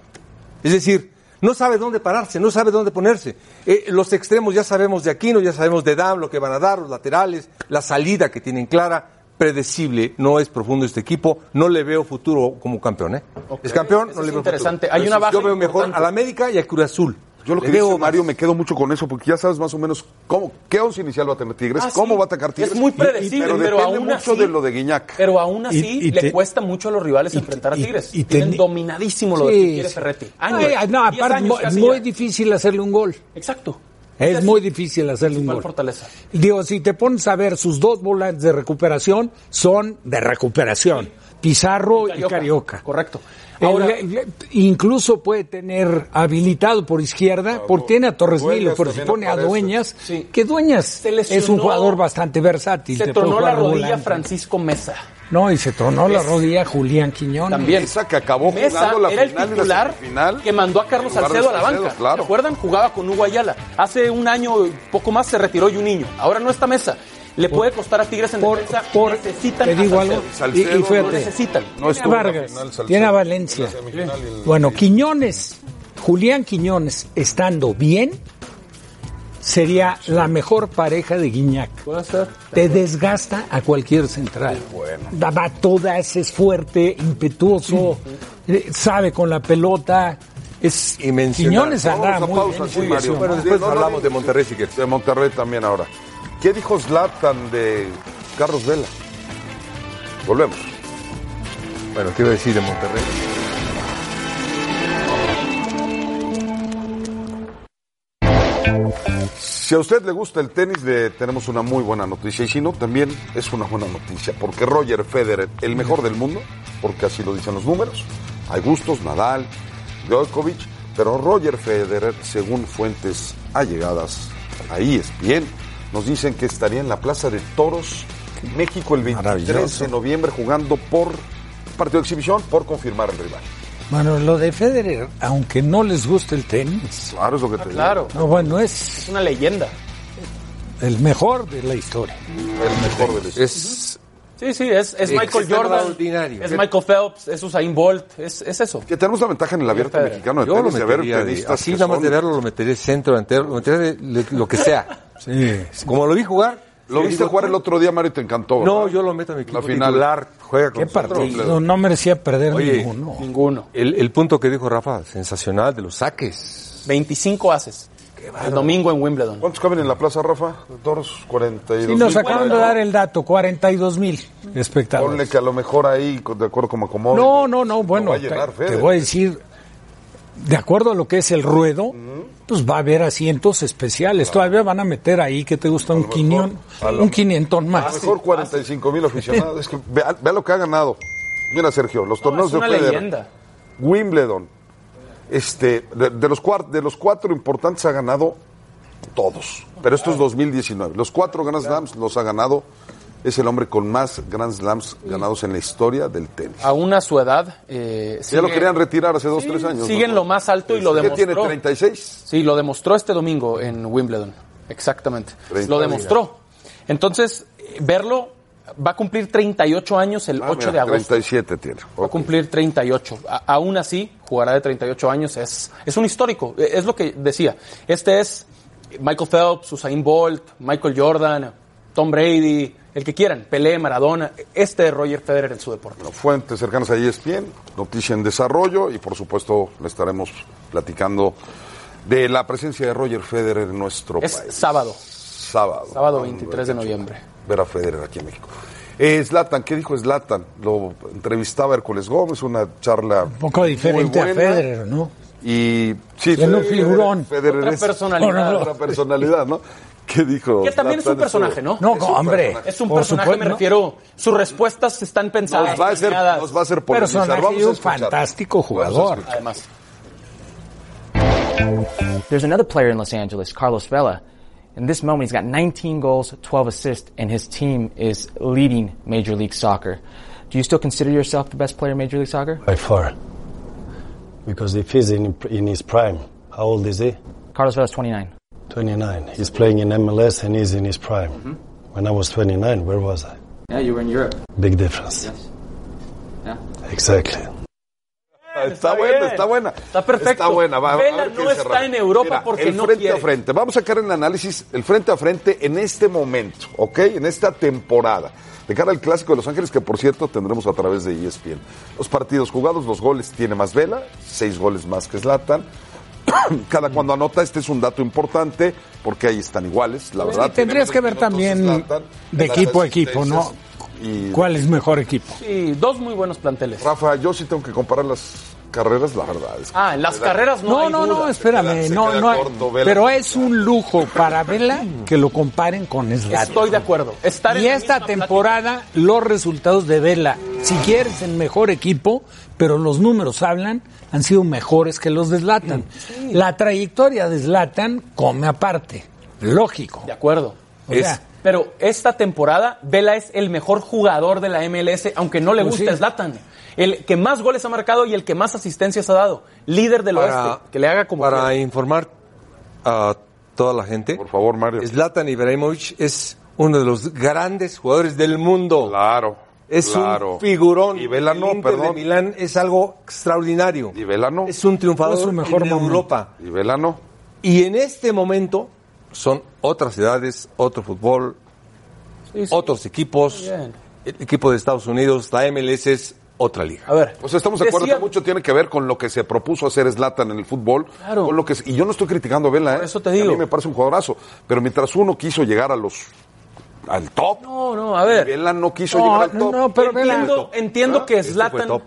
D: Es decir, no sabe dónde pararse, no sabe dónde ponerse. Eh, los extremos ya sabemos de Aquino, ya sabemos de Dam, lo que van a dar, los laterales, la salida que tienen clara, predecible, no es profundo este equipo, no le veo futuro como campeón. ¿eh? Es campeón,
C: Eso
D: no
C: es
D: le veo
C: interesante.
D: futuro.
C: Hay una baja
D: Yo veo mejor
C: importante.
D: al América y al Cruz Azul.
B: Yo lo
D: Le
B: que
D: veo
B: dice
D: más.
B: Mario, me quedo mucho con eso porque ya sabes más o menos cómo, qué once inicial va a tener Tigres,
C: Ah, sí.
B: cómo va a atacar
C: Es
B: Tigres.
C: muy predecible,
B: pero,
C: pero
B: depende
C: aún
B: mucho
C: así-
B: de lo de Guiñac.
C: Pero aún así
E: Y- y
C: le
E: te-
C: cuesta mucho a los rivales
E: y-
C: enfrentar a
E: y-
C: Tigres.
E: y
C: Tienen
E: ten-
C: dominadísimo lo
E: Sí,
C: que quiere
E: sí.
C: Ferretti.
E: Ay,
C: Años,
E: ay, no,
C: 10
E: aparte,
C: años
E: muy,
C: casi
E: muy
C: ya.
E: difícil hacerle un gol.
C: Exacto. Esa
E: Es muy
C: su
E: difícil hacerle un
C: principal
E: gol.
C: fortaleza.
E: Digo, si te pones a ver sus dos volantes de recuperación, son de recuperación. Pizarro y Carioca.
C: Correcto.
E: El-
C: Ahora,
E: le- incluso puede tener habilitado por
C: Ah,
E: izquierda, porque tiene a Torres
B: Dueñas
E: Milo, pero si
B: también
E: pone a
B: aparece.
E: Dueñas,
C: Sí.
E: que Dueñas
C: Se
E: es un
C: lesionó.
E: jugador bastante versátil.
C: se
E: te
C: tornó
E: puede
C: la
E: jugar de
C: rodilla
E: volante.
C: Francisco Mesa.
E: No, y se tornó la rodilla Julián Quiñones.
C: También.
B: Mesa que acabó
C: Mesa
B: jugando la
C: era el
B: final y la
C: titular
B: semifinal
C: que mandó a Carlos
B: en lugar de
C: Salcedo a la
B: Salcedo,
C: banca.
B: claro.
C: ¿Se acuerdan? Jugaba con Hugo Ayala. Hace un año, y poco más, se retiró y un niño. Ahora no está Mesa. Le puede costar a Tigres en
E: Por,
C: defensa.
E: por,
C: necesitan
E: te
C: a
E: digo
C: Salcedo.
E: algo, y,
B: Salcedo
E: y
B: no
E: fíjate,
C: Lo necesitan.
B: No
E: Tiene a
B: estuvo en la
E: Vargas,
B: final, Salcedo.
E: tiene a Valencia.
B: En la semifinal y en-
E: Bueno, Quiñones, Julián Quiñones, estando bien, sería la mejor pareja de Guiñac.
C: Puede ser.
E: Te desgasta a cualquier central. Da- Va todas, es fuerte, impetuoso, eh, sabe con la pelota. Es
D: Inmencional.
E: Quiñones
B: Vamos
E: andaba
B: a
E: muy
B: pausa,
E: bien,
B: sí,
E: muy bien.
B: Mario.
D: Bueno, después
B: No, no,
D: hablamos
B: no.
D: de Monterrey si quieres.
B: De Monterrey también ahora. ¿Qué dijo Zlatan de Carlos Vela? Volvemos.
D: Bueno, quiero decir de Monterrey.
B: Si a usted le gusta el tenis, le tenemos una muy buena noticia. Y si no, también es una buena noticia. Porque Roger Federer, el mejor del mundo, porque así lo dicen los números. Hay gustos, Nadal, Djokovic. Pero Roger Federer, según fuentes allegadas E ahí es bien, nos dicen que estaría en la Plaza de Toros, México, el 23
D: Maravilloso.
B: de noviembre, jugando por partido de exhibición, por confirmar el rival.
E: Bueno, lo de Federer, aunque no les guste el tenis,
B: Claro, es lo que
D: Ah,
B: te digo.
C: Claro.
E: no, bueno, es
C: Es una leyenda.
E: el mejor de la historia.
B: El mejor del
D: Es,
C: Sí, sí, es, es
D: Eh,
C: Michael
D: es
C: Jordan,
D: extraordinario.
C: es Michael Phelps, es Usain Bolt, es, es eso.
B: Que tenemos la ventaja en el abierto
C: Federer.
B: mexicano de
D: yo lo
B: tenis de ver
D: metería, de-
B: tenistas
D: así
B: que
D: nada más
B: son-
D: de verlo lo metería centro, delantero, lo metería de- de- lo que sea.
E: Sí.
D: Como lo vi jugar.
B: Lo
D: yo
B: viste
D: digo,
B: jugar el otro día, Mario, y te encantó. ¿verdad?
D: No, yo lo meto a mi equipo
B: La final.
D: titular, juega con
E: Qué
D: nosotros.
E: partido, no merecía perder
D: Oye,
E: ninguno.
C: Ninguno.
D: El, el punto que dijo Rafa, sensacional, de los saques.
C: 25 haces. El domingo en Wimbledon.
B: ¿Cuántos caben en la plaza, Rafa? Toros, 42.
E: Sí, nos acaban de dar el dato, 42 mil espectadores.
B: Ponle que a lo mejor ahí, con- de acuerdo como acomodo.
E: No, no, no, bueno,
B: va a llenar
E: te, te
B: Federer.
E: voy a decir, de acuerdo a lo que es el ruedo, pues va a haber asientos especiales. Todavía van a meter ahí, que te gusta? Un quinión, un quinientón
B: A lo
E: más.
B: mejor 45 mil aficionados. Es que vea, vea lo que ha ganado. Mira, Sergio, los
C: No,
B: torneos
C: es una
B: de Federer.
C: leyenda.
B: Wimbledon. Este, de, de los cuar- de los cuatro importantes ha ganado todos. Pero esto es 2019. Los cuatro Grand Slams los ha ganado. Es el hombre con más Grand Slams ganados en la historia del tenis.
C: Aún a su edad. eh,
B: Ya lo
C: sigue-
B: querían retirar hace dos,
C: Ah, Sí,
B: tres años.
C: siguen lo más alto y lo
B: ¿Qué
C: demostró.
B: tiene, 36?
C: Sí, lo demostró este domingo en Wimbledon. Exactamente.
B: Treinta
C: Lo demostró. Entonces, eh, verlo Va a cumplir 38 años el
B: Ah,
C: 8 de agosto.
B: 37 tiene.
C: Va a cumplir 38. A- aún así, jugará de 38 años. Es, es un histórico. E- Es lo que decía. Este es Michael Phelps, Usain Bolt, Michael Jordan, Tom Brady, el que quieran. Pelé, Maradona. Este es Roger Federer en su deporte.
B: Fuentes cercanas a E ESPN, noticia en desarrollo y por supuesto le estaremos platicando de la presencia de Roger Federer en nuestro
C: Es
B: país.
C: sábado.
B: Sábado.
C: Sábado 23 de noviembre.
B: Ver a Federer aquí en México. Eh, Zlatan, ¿qué dijo Zlatan? Lo entrevistaba Hércules Gómez, una charla
E: Un poco
B: muy
E: diferente a
B: buena.
E: Federer, ¿no?
B: Y sí,
E: Es un
B: Federer-
E: figurón.
B: Federer
C: Otra
B: es-
C: personalidad.
B: Otra personalidad, ¿no? ¿Qué dijo?
C: Que también es un
B: Zlatan?
C: personaje, ¿no?
E: No,
B: Pues, Es un
E: hombre.
B: personaje.
C: Es un
E: Por
C: personaje,
E: supuesto,
C: me
E: ¿no?
C: refiero. Sus respuestas están pensadas.
B: Nos va a hacer,
C: planeadas.
B: nos va a hacer polemizar.
E: Personaje
B: Vamos
E: y
B: a
E: un
B: escuchar.
E: fantástico
B: Vamos a
E: jugador.
C: Además.
I: There's another player in Los Angeles, Carlos Vela. In this moment, he's got 19 goals, 12 assists, and his team is leading Major League Soccer. Do you still consider yourself the best player in Major League Soccer?
J: By far. Because if he's in, in his prime, how old is he?
I: Carlos Vela's 29.
J: 29. He's playing in MLS and he's in his prime. When I was 29, where was I?
I: Yeah, you were in Europe.
J: Big difference.
I: Yeah.
J: Exactly.
B: Está, buena,
C: Ah, bien.
B: está buena.
C: Está perfecto.
B: Está buena. va, a
C: Vela
B: ver qué
C: no
B: dice
C: está
B: Rafa.
C: en Europa
B: Mira,
C: porque
B: el
C: no
B: frente
C: quiere.
B: a frente. Vamos a sacar en análisis el frente a frente en este momento, ¿ok? En esta temporada. De cara al Clásico de Los Ángeles, que por cierto tendremos a través de E ESPN. Los partidos jugados, los goles tiene más Vela, seis goles más que Zlatan. Cada cuando anota, este es un dato importante, porque ahí están iguales, la verdad.
E: Y Pues tendrías
B: Tiene
E: que ver
B: menos
E: también
B: minutos Zlatan,
E: de
B: las
E: equipo a equipo, ¿no?
B: asistencias y-
E: ¿Cuál es mejor equipo?
C: Sí, dos muy buenos planteles.
B: Rafa, yo sí tengo que comparar las carreras, la verdad. es que-
C: Ah, en las carreras no,
E: No,
C: hay
E: no,
C: duda.
E: no, espérame,
B: Se queda-
E: no,
B: se
E: no.
B: queda
E: hay-
B: corto, Vela.
E: Pero es un lujo para Vela que lo comparen con
C: Estoy
E: Zlatan.
C: de acuerdo. Estar en
E: Y
C: la
E: esta
C: misma
E: temporada los resultados de Vela, si quieres el mejor equipo, pero los números hablan, han sido mejores que los de Zlatan.
C: Mm,
E: La trayectoria de Zlatan come aparte, lógico.
C: plática- De acuerdo.
E: O sea,
C: Pero esta temporada, Vela es el mejor jugador de la MLS, aunque no le
E: Pues
C: guste
E: sí.
C: Zlatan. El que más goles ha marcado y el que más asistencias ha dado. Líder del oeste. Que le haga como
D: para
C: quiera.
D: informar a toda la gente.
B: Por favor, Mario.
D: Zlatan Ibrahimovic es uno de los grandes jugadores del mundo.
B: Claro.
D: Es
B: claro.
D: un figurón.
B: Y Vela no,
D: El Inter de
B: perdón.
D: Milán es algo extraordinario.
B: Y Vela no.
D: Es un triunfador
E: Fue su mejor
D: en
E: momento.
D: Europa.
B: Y Vela no.
D: Y en este momento son otras edades, otro fútbol,
C: Sí, sí.
D: otros equipos.
C: Bien.
D: El equipo de Estados Unidos, la MLS es otra liga.
C: A ver.
B: O sea, estamos de acuerdo
C: decía-
B: que mucho tiene que ver con lo que se propuso hacer Zlatan en el fútbol.
C: Claro.
B: Con lo que, y yo no estoy criticando a Vela, ¿eh?
C: Por eso te digo.
B: A mí me parece un jugadorazo. Pero mientras uno quiso llegar a los. al top.
C: No, no, a
B: y
C: ver.
B: Vela no quiso
E: No,
B: llegar al
E: no,
B: top.
E: no, pero Vela-
C: entiendo, entiendo
B: ¿Ah?
C: que
B: Este fue
C: Zlatan...
B: top.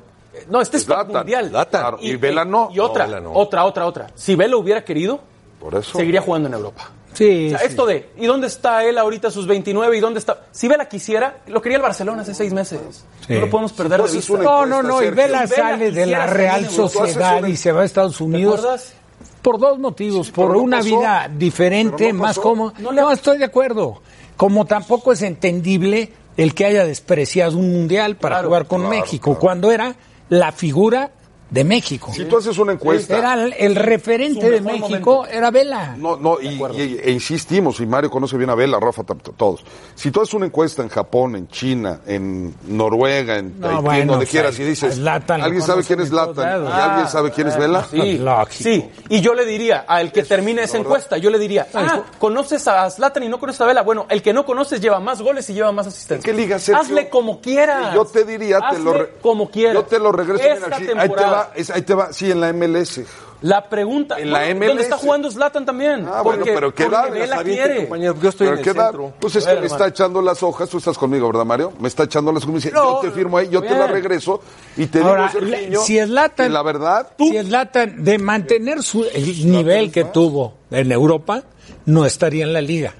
C: No, este es top
B: Zlatan,
C: mundial.
D: Zlatan.
B: Claro, y Vela no.
C: Y otra,
D: No, Vela no.
C: otra, otra, otra. Si Vela hubiera querido,
B: Por eso.
C: seguiría jugando en Europa.
E: sí,
C: O sea,
E: sí.
C: esto de, ¿y dónde está él ahorita a sus 29? ¿Y dónde está? Si Vela quisiera, lo quería el Barcelona hace seis meses. No lo podemos perder de
B: Entonces,
C: vista.
B: una
E: No,
B: encuesta,
E: no, no, y
B: Sergio.
E: Vela
C: Vela
E: sale de
C: quisiera
E: la
C: salir
E: Real
C: de Europa.
E: Sociedad y se va a Estados Unidos.
C: acuerdas?
E: Por dos motivos, por
B: pero no
E: una
B: pasó.
E: vida diferente,
B: Pero no
E: más
B: pasó.
E: cómoda. No,
C: No le-
E: estoy de acuerdo. Como tampoco es entendible el que haya despreciado un mundial para
C: Claro,
E: jugar con México, cuando era la figura de México.
B: Si tú haces una encuesta.
E: Era el, el referente
C: Su
E: de
C: mejor
E: México,
C: momento.
E: era Vela.
B: No, no, y, y- e insistimos, y Mario conoce bien a Vela, Rafa, tam- todos. Si tú haces una encuesta en Japón, en China, en Noruega, en
E: No,
B: Haití,
E: bueno,
B: donde quieras,
E: a-
B: y dices,
E: a Zlatan lo
B: ¿alguien sabe quién es
E: conocen en todos
B: Latan? ¿Y
E: lados. Ah,
B: alguien sabe quién es Vela?
C: Sí,
E: Lógico.
C: sí. Y yo le diría al que termine esa encuesta, yo le diría, ah, ¿conoces a Zlatan y no conoces a Vela? Bueno, el que no conoces lleva más goles y lleva más asistencias.
B: ¿En qué liga, Sergio?
C: Hazle como quieras.
B: Y Yo te diría, te lo
C: Hazle
B: re-
C: como quieras.
B: Yo te lo regreso.
C: Esta
B: mira, aquí, ahí te
C: temporada.
B: va, es- ahí te va, sí, en la MLS.
C: La pregunta,
B: En la
C: bueno,
B: MLS.
C: ¿dónde está jugando Zlatan también?
B: Ah, bueno, pero ¿qué
C: porque
B: da?
C: Vela
B: Las
D: avienta,
C: quiere.
D: compañero, yo estoy
B: Pero
D: en el
B: ¿qué edad?
D: centro.
B: Pues es
C: A ver,
B: que me está
C: hermano.
B: echando las hojas, tú estás conmigo, ¿verdad, Mario? Me está echando las hojas, me dice,
C: No,
B: yo te firmo ahí, yo te la
C: bien.
B: regreso, y te
E: Ahora,
B: digo,
E: le-
B: Sergiño,
E: si es Zlatan-
B: que la verdad,
E: Si Zlatan, de mantener su, el nivel que tuvo en Europa, no estaría en la Liga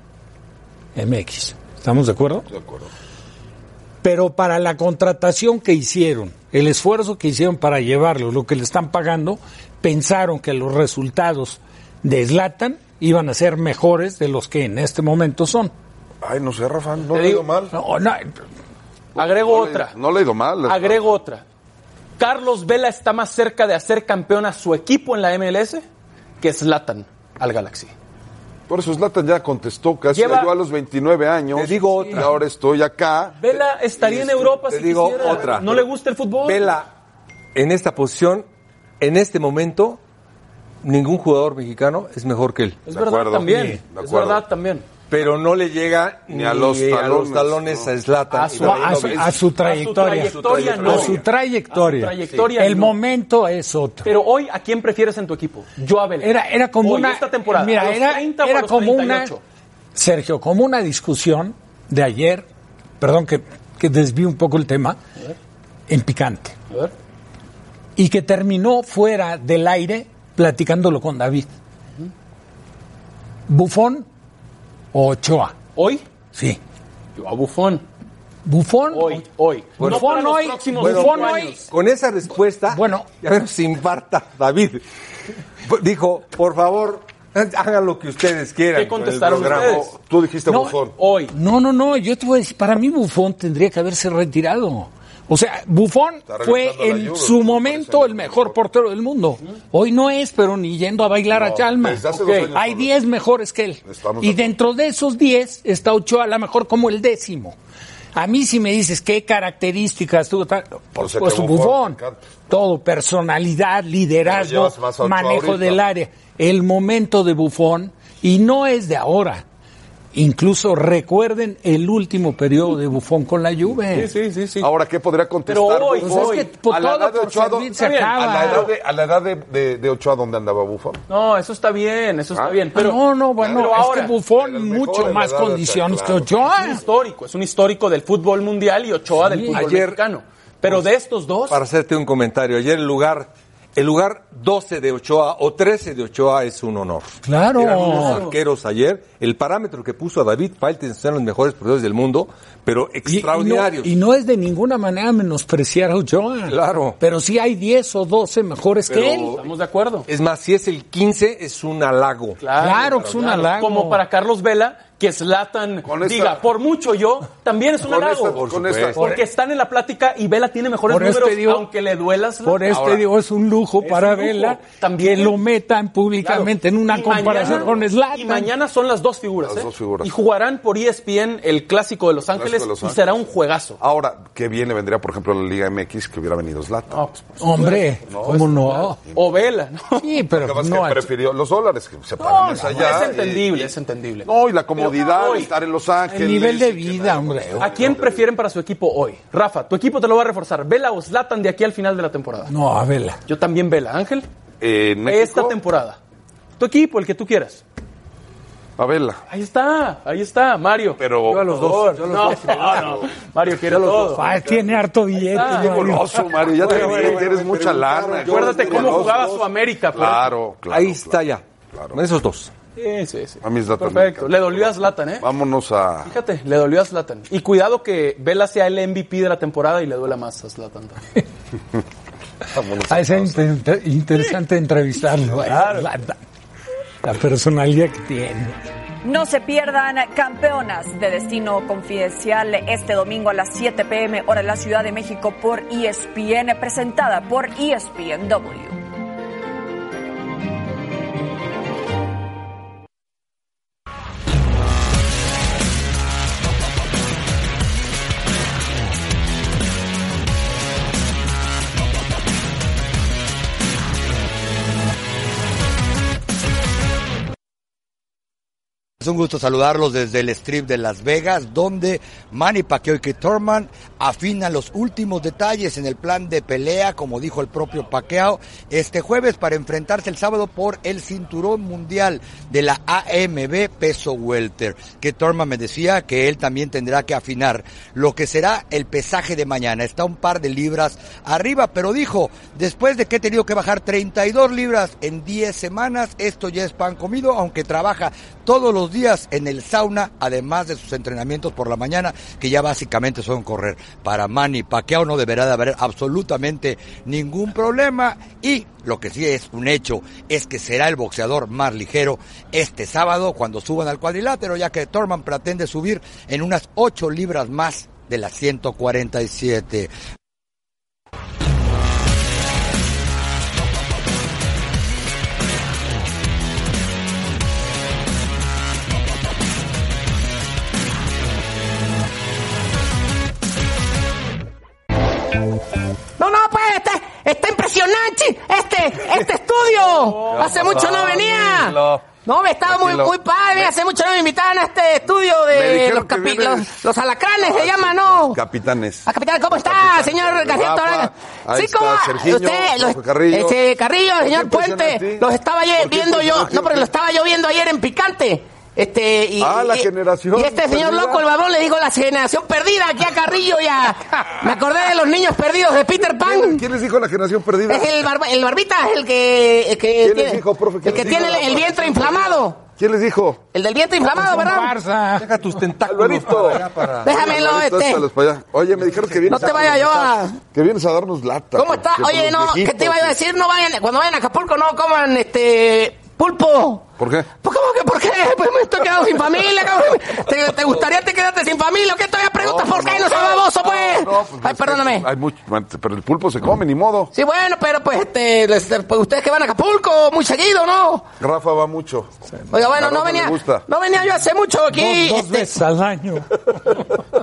E: MX. ¿Estamos de acuerdo? De acuerdo. Pero para la contratación que hicieron, el esfuerzo que hicieron para llevarlo, lo que le están pagando, pensaron que los resultados de Zlatan iban a ser mejores de los que en este momento son.
B: ay, no sé, Rafa, no
C: Te
B: le he
C: digo,
B: ido mal.
E: No, no,
C: Agrego
B: No le-
C: otra.
B: No le he ido mal.
C: Agrego otra. Carlos Vela está más cerca de hacer campeón a su equipo en la MLS que Zlatan al Galaxy.
B: Por eso Zlatan ya contestó casi
C: Lleva-
B: yo a los 29 años.
D: Te digo otra.
B: Y ahora estoy acá.
C: Vela estaría en Europa
D: te
C: si
D: digo
C: quisiera.
D: otra.
C: No le gusta el fútbol.
D: Vela, en esta posición, en este momento, ningún jugador mexicano es mejor que él.
C: Es
B: De
C: verdad
B: acuerdo. Sí,
C: también.
B: de
C: Es
B: acuerdo.
C: verdad también.
D: Pero no le llega ni, a los talones a,
B: ¿no?
D: Zlatan.
C: A su-
D: Y
E: No,
D: David
E: a, su,
D: Luiz.
E: a su trayectoria.
C: A su trayectoria, no.
E: A su trayectoria.
C: A su trayectoria,
E: El
C: no.
E: momento es otro.
C: Pero hoy, ¿a quién prefieres en tu equipo? Yo a Vela.
E: Era, era como
C: Hoy,
E: una.
C: Esta temporada.
E: Mira,
C: ¿A los
E: era,
C: 30 o a
E: era
C: los
E: como
C: 38?
E: una. Sergio, como una discusión de ayer, perdón que, que desvío un poco el tema, en picante.
C: A ver.
E: Y que terminó fuera del aire platicándolo con David. ¿Bufón o Ochoa?
C: Hoy,
E: Sí.
C: yo a Bufón.
E: ¿Bufón?
C: Hoy, hoy.
E: Bueno,
C: no para los
E: hoy,
C: próximos
E: bueno,
C: cinco
E: hoy.
C: años.
D: Con esa respuesta,
E: Bueno.
D: ya ver se infarta David. Dijo, por favor, hagan lo que ustedes quieran.
C: ¿Qué contestaron
D: con el programa.
C: ustedes?
B: Tú dijiste
E: No.
B: bufón.
C: Hoy.
E: No, no, no, yo te voy a decir, para mí Bufón tendría que haberse retirado. O sea, Bufón
B: Está regresando
E: fue
B: a la
E: en
B: Euro,
E: su
B: me
E: momento
B: parece
E: el
B: el
E: mejor
B: mejor.
E: portero del mundo. Hoy no es, pero ni yendo a bailar a
B: No,
E: Chalma.
B: desde hace
E: Ok.
B: dos años,
E: Hay
B: Pablo.
E: 10 mejores que él.
B: Estamos de
E: Y
B: acuerdo.
E: dentro de esos 10 está Ochoa a lo mejor como el décimo. A mí si me dices qué características tuvo, tal, por
B: O sea, que
E: supuesto
B: Buffon, me
E: Bufón,
B: encanta.
E: todo, personalidad, liderazgo,
B: llevas más a Ochoa
E: manejo
B: ahorita.
E: del área, el momento de Bufón, y no es de ahora. Incluso recuerden el último periodo de Bufón con la Juve.
C: Sí, sí, sí.
B: Ahora, ¿qué podría contestar?
C: Pero hoy,
B: Buffon?
E: Pues es que por
B: a la
E: todo
B: edad de
E: por
B: Ochoa,
E: servir se
B: ¿a
E: acaba.
B: la edad de, a la edad de, de, de Ochoa, ¿dónde andaba Bufón?
C: No, eso está bien, eso está
B: Ah.
C: bien. Pero
E: no, no, bueno,
C: pero
E: es
C: ahora-
E: que
B: Era el
E: Bufón
B: mejor
E: mucho
B: en
E: más
B: la edad,
E: condiciones que
B: claro.
C: es un
E: Ochoa.
C: histórico, es un histórico del fútbol mundial y Ochoa del fútbol
D: Ayer-
C: mexicano. Pero de estos dos,
D: Para hacerte un comentario, ayer el lugar, el lugar 12 de Ochoa o 13 de Ochoa es un honor.
E: Claro.
D: Eran unos arqueros ayer. El parámetro que puso a David Faitelson son los mejores porteros del mundo, pero
E: Y- y no-
D: extraordinarios.
E: Y, no, es de ninguna manera menospreciar a Ochoa.
D: Claro.
E: Pero sí hay 10 o 12 mejores que
D: Pero-
E: él.
C: estamos de acuerdo.
D: Es más, si es el 15, es un halago.
E: Claro, que es un halago.
C: Como para Carlos Vela, que Zlatan
B: Con esta-
C: diga, por mucho yo, también es un
B: Con
C: halago.
B: esta- Por con esta- supuesto.
C: Porque están en la plática y Vela tiene mejores
E: Por eso
C: números,
E: te digo-
C: aunque le duela a Zlatan.
E: Por este
C: Ahora,
E: digo, es un lujo
C: es
E: para
C: un lujo.
E: Vela
C: También-
E: que lo metan
C: claro.
E: públicamente en una
C: Y mañana-
E: comparación con Slatan.
C: Y mañana son las dos figuras.
B: Las
C: ¿eh?
B: dos figuras.
C: Y jugarán por E ESPN el clásico de Los
B: Clásico de
C: Ángeles
B: Los
C: y
B: Ángeles. Ah,
C: será un juegazo.
B: Ahora, ¿qué bien le vendría, por ejemplo, a la Liga MX que hubiera venido Zlatan?
C: No, pues, por supuesto.
E: Hombre, ¿cómo no?
C: O Vela, ¿no?
E: Sí,
B: Lo que
E: pero
B: pasa es
E: no
B: que prefirió los dólares que se pagan más allá.
C: es
B: y-
C: entendible, es entendible.
B: No, y la comodidad
C: Pero hoy,
B: de estar en Los Ángeles.
E: el nivel de
B: y que
E: vida,
B: nada,
E: hombre.
C: ¿A quién prefieren para su equipo hoy? Rafa, tu equipo te lo va a reforzar. Vela o Zlatan de aquí al final de la temporada.
E: No, a Vela.
C: Yo también Vela, Ángel.
B: Eh, en México,
C: Esta temporada. Tu equipo, el que tú quieras.
B: A verla.
C: Ahí está, ahí está, Mario.
B: Pero- Yo a
C: los dos. no, no, no. Mario quiere los dos.
E: Ah, tiene harto billete.
C: está.
E: Mario. Ah,
B: Goloso, Mario, ya te
D: Bueno,
B: vi,
D: bueno, bueno,
B: tienes
D: me
B: mucha
D: preguntaron,
B: lana.
D: yo-
C: Acuérdate cómo
B: Goloso.
C: jugaba su América. por
B: Claro, claro.
D: Ahí está
B: claro.
D: ya. Esos dos.
C: eso. Sí, sí, sí.
B: A mí es la
C: Perfecto.
B: América.
C: Le dolió a Zlatan, ¿eh?
B: Vámonos a.
C: Fíjate, le dolió a Zlatan. Y cuidado que Vela sea el MVP de la temporada y le duela más a Zlatan. también.
B: vámonos a-
E: Ah, es inter- interesante entrevistarlo. eh, La, la personalidad que tiene.
K: No se pierdan Campeonas de Destino Confidencial este domingo a las 7 pm hora de la Ciudad de México por E ESPN, presentada por E ESPNW.
L: Es un gusto saludarlos desde el strip de Las Vegas, donde Manny Pacquiao y Keith Thurman afinan los últimos detalles en el plan de pelea, como dijo el propio Pacquiao, este jueves para enfrentarse el sábado por el cinturón mundial de la AMB peso welter. Que Thurman me decía que él también tendrá que afinar lo que será el pesaje de mañana. Está un par de libras arriba, pero dijo, después de que he tenido que bajar 32 libras en 10 semanas, esto ya es pan comido, aunque trabaja todos los días en el sauna, además de sus entrenamientos por la mañana, que ya básicamente son correr. Para Manny Pacquiao no deberá de haber absolutamente ningún problema y lo que sí es un hecho es que será el boxeador más ligero este sábado cuando suban al cuadrilátero, ya que Thorman pretende subir en unas 8 libras más de las 147.
M: pues, Nachi, este, este estudio. Hace mucho no venía. No, me estaba muy,
B: Tranquilo.
M: muy padre. Hace mucho no me invitaban a este estudio
B: Me
M: de
B: dijeron
M: los,
B: que
M: capi-
B: vienes-
M: los, los alacranes, se llama, ¿no?
B: Capitanes.
M: Ah, capitán, ¿cómo está, señor García
B: Rafa,
M: Torraga?
B: ahí
M: Sí,
B: está
M: ¿cómo?
B: Serginho,
M: usted, los-
B: Jorge Carrillo.
M: este, Carrillo,
B: ¿Por qué
M: señor Puente,
B: impresionaste?
M: los estaba ayer
B: ¿Por qué
M: viendo yo,
B: impresionaste?
M: no, pero los estaba yo viendo ayer en Picante. Este, y,
B: Ah, la
M: y-
B: generación
M: y este señor
B: perdida.
M: loco, el babrón, le dijo la generación perdida aquí a Carrillo y a... Me acordé de los niños perdidos de Peter Pan.
B: ¿Quién, quién les dijo la generación perdida?
M: Es el, barba- el barbita, el que, el que
B: ¿Quién les
M: tiene,
B: dijo, profe, que
M: el, que
B: les dijo
M: tiene el,
B: la
M: el vientre inflamado.
B: ¿Quién les dijo?
M: El del vientre inflamado,
E: Pues
M: ¿verdad?
D: Deja tus tentáculos.
B: Alvarito.
M: Déjamelo,
B: Alvarito,
M: este.
B: échtalos para allá. Oye, me dijeron que vienes
M: No te
B: a-
M: vaya yo a-
B: Que vienes a darnos lata.
M: ¿Cómo está?
B: que
M: Oye,
B: somos
M: no, ¿qué
B: viejitos.
M: te iba yo a decir? No vayan, cuando vayan a Acapulco no coman este pulpo.
B: ¿Por qué?
M: Pues, ¿Cómo que por qué? Pues me estoy quedando sin familia, cabrón. ¿Te, te gustaría te quedarte sin familia? ¿O qué todavía preguntas por qué no soy baboso, pues? Ay, perdóname.
B: Hay mucho, pero el pulpo se come, ni modo.
M: Sí, bueno, pero pues, este, les- pues, ustedes que van a Acapulco muy seguido, ¿no?
B: Rafa va mucho.
M: Oiga,
B: A
M: bueno, Ah, no
B: Rafa le
M: venía,
B: gusta.
M: no venía yo hace mucho aquí.
E: Dos, dos veces al año.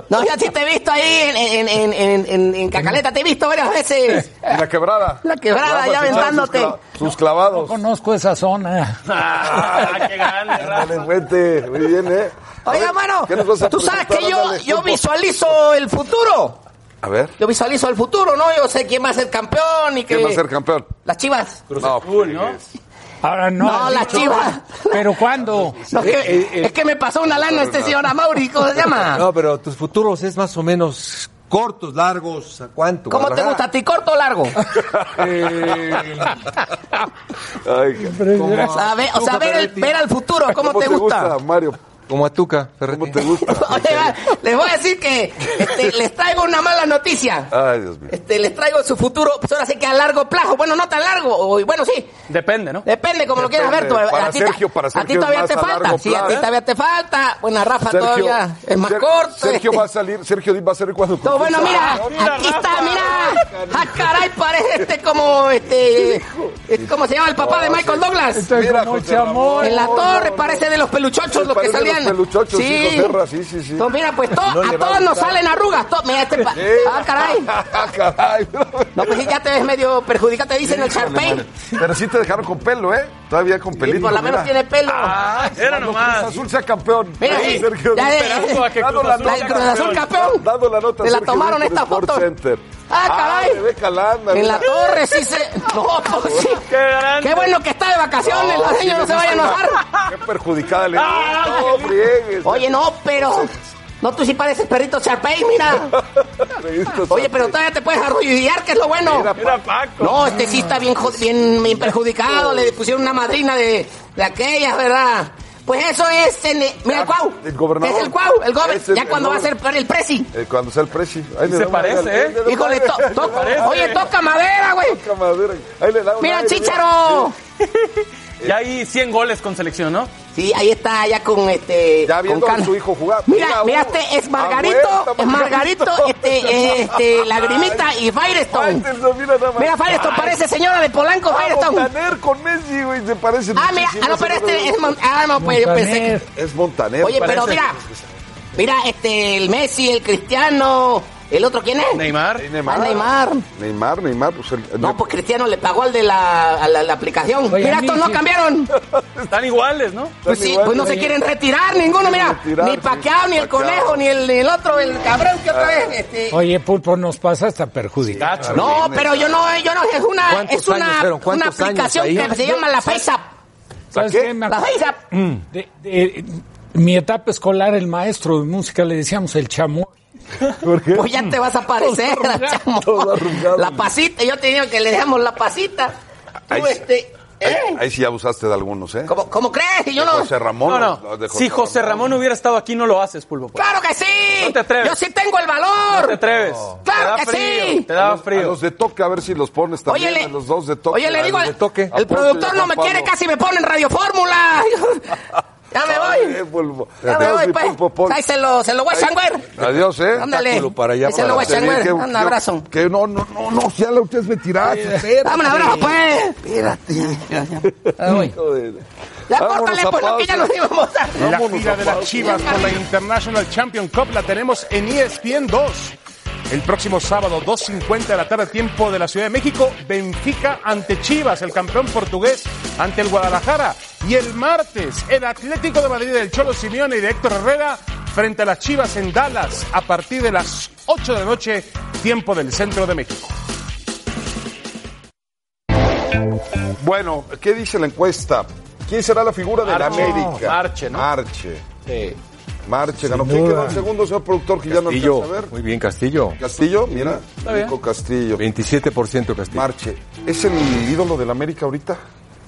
M: No, ya sí te he visto ahí en, en, en, en, en- en Cacaleta, te he visto varias veces.
B: Y la quebrada.
M: La quebrada,
B: Rafa
M: ya
B: se echa
M: aventándote.
B: Sus, cla- sus clavados.
E: Conozco esa zona.
B: Dale, vente. Muy bien, ¿eh?
M: Oiga, mano,
B: ¿qué nos vas a
M: tú sabes
B: presentar?
M: que yo,
B: Ándale,
M: yo
B: pulpo.
M: visualizo el futuro.
B: A ver,
M: Yo visualizo el futuro, ¿no? Yo sé quién va a ser campeón y que...
B: ¿quién va a ser campeón?
M: Las chivas.
B: No,
E: Ahora no.
M: No,
E: has
M: las
E: dicho.
M: chivas.
E: Pero cuándo?
M: No, es, que,
B: eh,
M: es que me pasó una lana este señor Amauri, ¿cómo se llama?
D: Ah. No, pero tus futuros es más o menos cortos, largos, ¿a cuánto?
M: ¿Cómo te gusta a ti, corto o largo?
D: Eh, Como,
M: O sea, a ver, o sea, ver, el- ver al futuro, ¿cómo, te gusta?
B: Mario?
D: como a Tuca, Ferretti.
B: ¿Cómo te gusta?
M: Oiga, les voy a decir que este, les traigo una mala noticia.
B: Ay, Dios mío.
M: Este, les traigo su futuro, pues ahora sí que a largo plazo. Bueno, no tan largo, o- bueno, sí.
C: Depende, ¿no?
M: Depende, como lo quieras ver tú.
B: Depende. Para
M: a ti ta-
B: Sergio, para
M: a ti
B: Sergio
M: todavía
B: es
M: te
B: más a
M: falta.
B: largo
M: Sí, a ti
B: plazo.
M: todavía te falta. Bueno, Rafa todavía es más
B: Ser-
M: corto.
B: Sergio
M: este.
B: va a salir, Sergio Díaz va a ser cuando.
M: Todo bueno,
B: Ah,
M: mira, aquí está, mira. Ah, caray, parece este como, este, eh, ¿cómo se llama el
B: Ah,
M: papá de Michael Douglas?
B: Mira, José Ramón.
M: En la torre parece de los peluchochos los que
B: Este Parece de los
M: salían.
B: peluchochos, sí, Joserra, sí, sí, sí.
M: Entonces, mira, pues to-
B: No le va a
M: a todos nos
B: gustar.
M: salen arrugas. to- mira, este pa- Ah, caray.
B: ¿Eh? Ah, caray.
M: No, pues sí, ya te ves medio perjudicado, te dicen el Sharpay.
B: Pero sí te dejaron con pelo, ¿eh? Todavía con pelito.
M: Y por lo menos
B: mira.
M: tiene pelo.
B: Ah,
C: Era
B: Cruz Azul sea campeón.
M: Mira, sí, ya de- Esperando a que
B: Dando
M: Cruz
B: la
M: Azul sea
B: nota,
M: Cruz Azul campeón.
B: Dando la nota.
M: Te la
B: Sergio
M: tomaron
B: Díaz por
M: esta
B: Sport
M: foto.
B: Center.
M: Ah, caray.
B: se ve calanda,
M: En
B: mira.
M: la torre sí se... No, pues sí. Qué bueno que está de vacaciones, la señora no se vaya a enojar.
B: Qué perjudicada
M: Ah,
B: le No, friegues.
M: Oye, no, pero... No, tú sí pareces perrito Sharpay, mira. Oye, pero todavía te puedes arrodillar, que es lo bueno.
N: Paco.
M: No, este sí está bien, jod- bien, bien perjudicado. Le pusieron una madrina de, de aquellas, ¿verdad? Pues eso es. en- mira, el Cuau.
B: el gobernador.
M: Es el Cuau, el gobernador.
B: Es el-
M: ya cuando
B: el
M: va a ser el presi.
B: Eh, cuando sea el presi. Ahí da
C: Se
B: una-
C: parece,
B: ahí
C: ¿eh?
B: le da una-
M: Híjole, to- to- oye, toca madera, güey.
B: Toca madera. Ahí le da una-
M: Mira,
B: ahí le da-
M: Chicharo.
C: Ya hay 100 goles con selección, ¿no?
M: Sí, ahí está, ya con este.
B: Ya viendo
M: con
B: a
M: cana.
B: su hijo jugar.
M: Mira,
B: uh,
M: mira, este es
B: ah,
M: Margarito,
B: bueno,
M: es Margarito, este, este, Lagrimita y Firestone.
B: Faitelson, mira nada más.
M: Mira, Firestone parece señora de Polanco,
B: Ah,
M: Firestone.
B: Montaner con Messi, güey, se parece.
M: Ah, mira,
B: muchísimo,
M: ah, no,
B: se
M: pero
B: parece.
M: este es. Mon- Ah, no, pues yo pensé que.
B: Es Montaner.
M: Oye, pero mira, mira, este, el Messi, el Cristiano, el otro, ¿quién es?
C: Neymar.
M: Ah, Neymar.
B: Neymar, Neymar, pues el-
M: No, pues Cristiano le pagó al de la, a la, la aplicación.
E: Oye,
M: mira,
E: a mí
M: estos no
E: sí.
M: cambiaron.
C: Están iguales, ¿no?
M: Pues sí,
B: Pues igual,
M: pues no se
B: oye.
M: quieren retirar ninguno, mira.
B: retirar,
M: ni
B: sí.
M: Pacquiao, ni el
B: Pacquiao.
M: Conejo, ni el, ni el otro, el cabrón que otra vez, este...
E: Oye, Pulpo, nos pasa hasta perjudicar.
B: Ah,
M: No, pero yo no, yo no, es una,
D: ¿Cuántos
M: es una,
D: años fueron?
M: una
D: ¿Cuántos años
M: aplicación
D: ahí?
M: que se llama la FaceApp.
E: ¿Sabes
B: ¿Qué? Mm.
E: qué? Me
M: La
E: acuerdo
M: FaceApp.
E: de- de- mi etapa escolar, el maestro de música le decíamos el chamoy.
M: Pues ya te vas a parecer, chamo. La pasita, yo te digo que le dejamos la pasita. Tú,
B: Ahí-
M: este...
B: Ahí,
M: ¿eh?
B: ahí sí abusaste de algunos, ¿eh?
M: ¿Cómo, cómo crees? Y yo
B: De
M: no.
B: José Ramón.
C: No,
B: los-
C: no.
B: de
C: Si José Ramón hubiera estado aquí, no lo haces, Pulpo. pues.
M: ¡Claro que sí!
C: No te atreves.
M: Yo sí tengo el
C: No te
M: valor.
C: atreves.
M: ¡Claro
C: Te da
M: que
C: frío,
M: sí!
C: Te daba
B: A
C: frío.
B: los de toque, a ver si los pones también.
M: Oye, le-
B: a los dos de toque.
M: Oye, le
B: a
M: digo,
B: los
M: el,
B: de toque.
M: el
B: A Poncho y a
M: productor no
B: Juan
M: me
B: Pablo.
M: quiere, casi me pone en Radio Fórmula. ya me
B: Eh,
M: voy.
B: Pulpo.
M: Ya me
B: Adiós,
M: voy,
B: mi
M: pues.
B: Pulpo, Pol.
M: Ahí se lo, se lo voy a
B: Ahí.
M: changuer.
B: Adiós, ¿eh?
M: Ándale.
B: Tentáculo Para allá,
M: Ahí se
B: para
M: lo voy a
B: seguir,
M: echar,
B: que-
M: güey. Un
B: que-
M: abrazo.
B: Que no, no, no, no, ya la ustedes me tiraron. Espérate.
M: Dame un abrazo, pues.
B: Hijo de-
M: Ya
B: Vámonos
M: córtale,
B: a
M: pues, no, que ya
B: pausa.
M: nos íbamos a...
N: E La gira de las Chivas por la International Champion Cup la tenemos en ESPN 2. El próximo sábado, 2.50 de la tarde, tiempo de la Ciudad de México, Benfica ante Chivas, el campeón portugués ante el Guadalajara. Y el martes, el Atlético de Madrid del Cholo Simeone y de Héctor Herrera frente a las Chivas en Dallas a partir de las 8 de la noche, tiempo del centro de México.
B: Bueno, ¿qué dice la encuesta? ¿Quién será la figura de la
N: Marche.
B: América?
N: Marche, ¿no?
B: Marche.
C: Sí.
B: Marche ganó.
D: Sin
B: ¿Quién
D: duda.
B: quedó en segundo, señor productor, que ya no
D: Castillo.
B: alcanza a ver?
D: Muy bien, Castillo.
B: Castillo, mira.
D: Está bien.
B: Nico Castillo.
D: 27% Castillo.
B: Marche. ¿Es el ídolo de la América ahorita?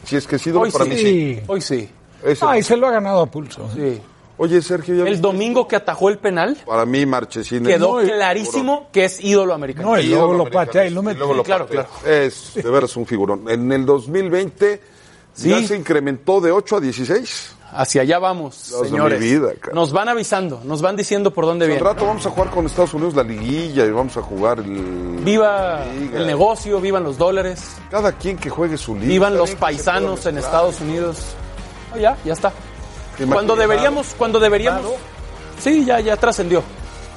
B: Si es que es ídolo
C: Hoy
B: para
C: sí.
B: mí, sí.
C: Hoy sí.
E: Ah, y se lo ha ganado a pulso.
B: Oye, Sergio,
C: El domingo que atajó el penal,
B: Para mí, Marchesín.
C: quedó clarísimo que es ídolo americano.
B: No, y luego lo
E: patea y lo
B: Y luego lo
C: claro,
B: patea.
C: claro.
B: Es de veras un figurón. En el 2020 ya se incrementó de 8 a 16.
C: Hacia allá vamos,
B: Dios de
C: señores.
B: mi vida, cara.
C: nos van avisando, nos van diciendo por dónde
B: Al
C: viene.
B: rato vamos a jugar con Estados Unidos la liguilla y vamos a jugar el...
C: Viva
B: Liga.
C: el negocio, vivan los dólares.
B: Cada quien que juegue su liga.
C: Vivan
B: Está
C: los
B: bien que se
C: paisanos
B: pueda
C: en
B: mezclar.
C: Estados Unidos. No, ya, ya está.
B: Qué
C: Cuando
B: imaginado.
C: deberíamos, cuando deberíamos. Sí, ya, ya trascendió.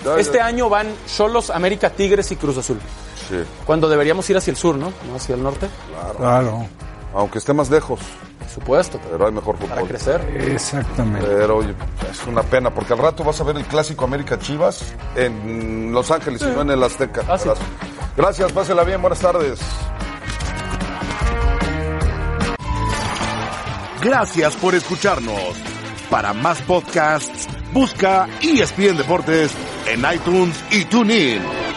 B: Ya,
C: Este
B: ya.
C: año van Solos, América, Tigres y Cruz Azul.
B: Sí,
C: Cuando deberíamos ir hacia el sur, ¿no? No hacia el norte.
B: claro.
E: Claro.
B: Aunque esté más lejos. Por
C: supuesto.
B: Pero hay mejor fútbol.
C: Para crecer.
E: Exactamente.
B: Pero oye, es una pena, porque al rato vas a ver el clásico América Chivas en Los Ángeles y no en el Azteca.
C: Ah,
B: Gracias. Gracias, pásela bien, buenas tardes.
A: Gracias por escucharnos. Para E más podcasts, busca ESPN Deportes en iTunes y TuneIn.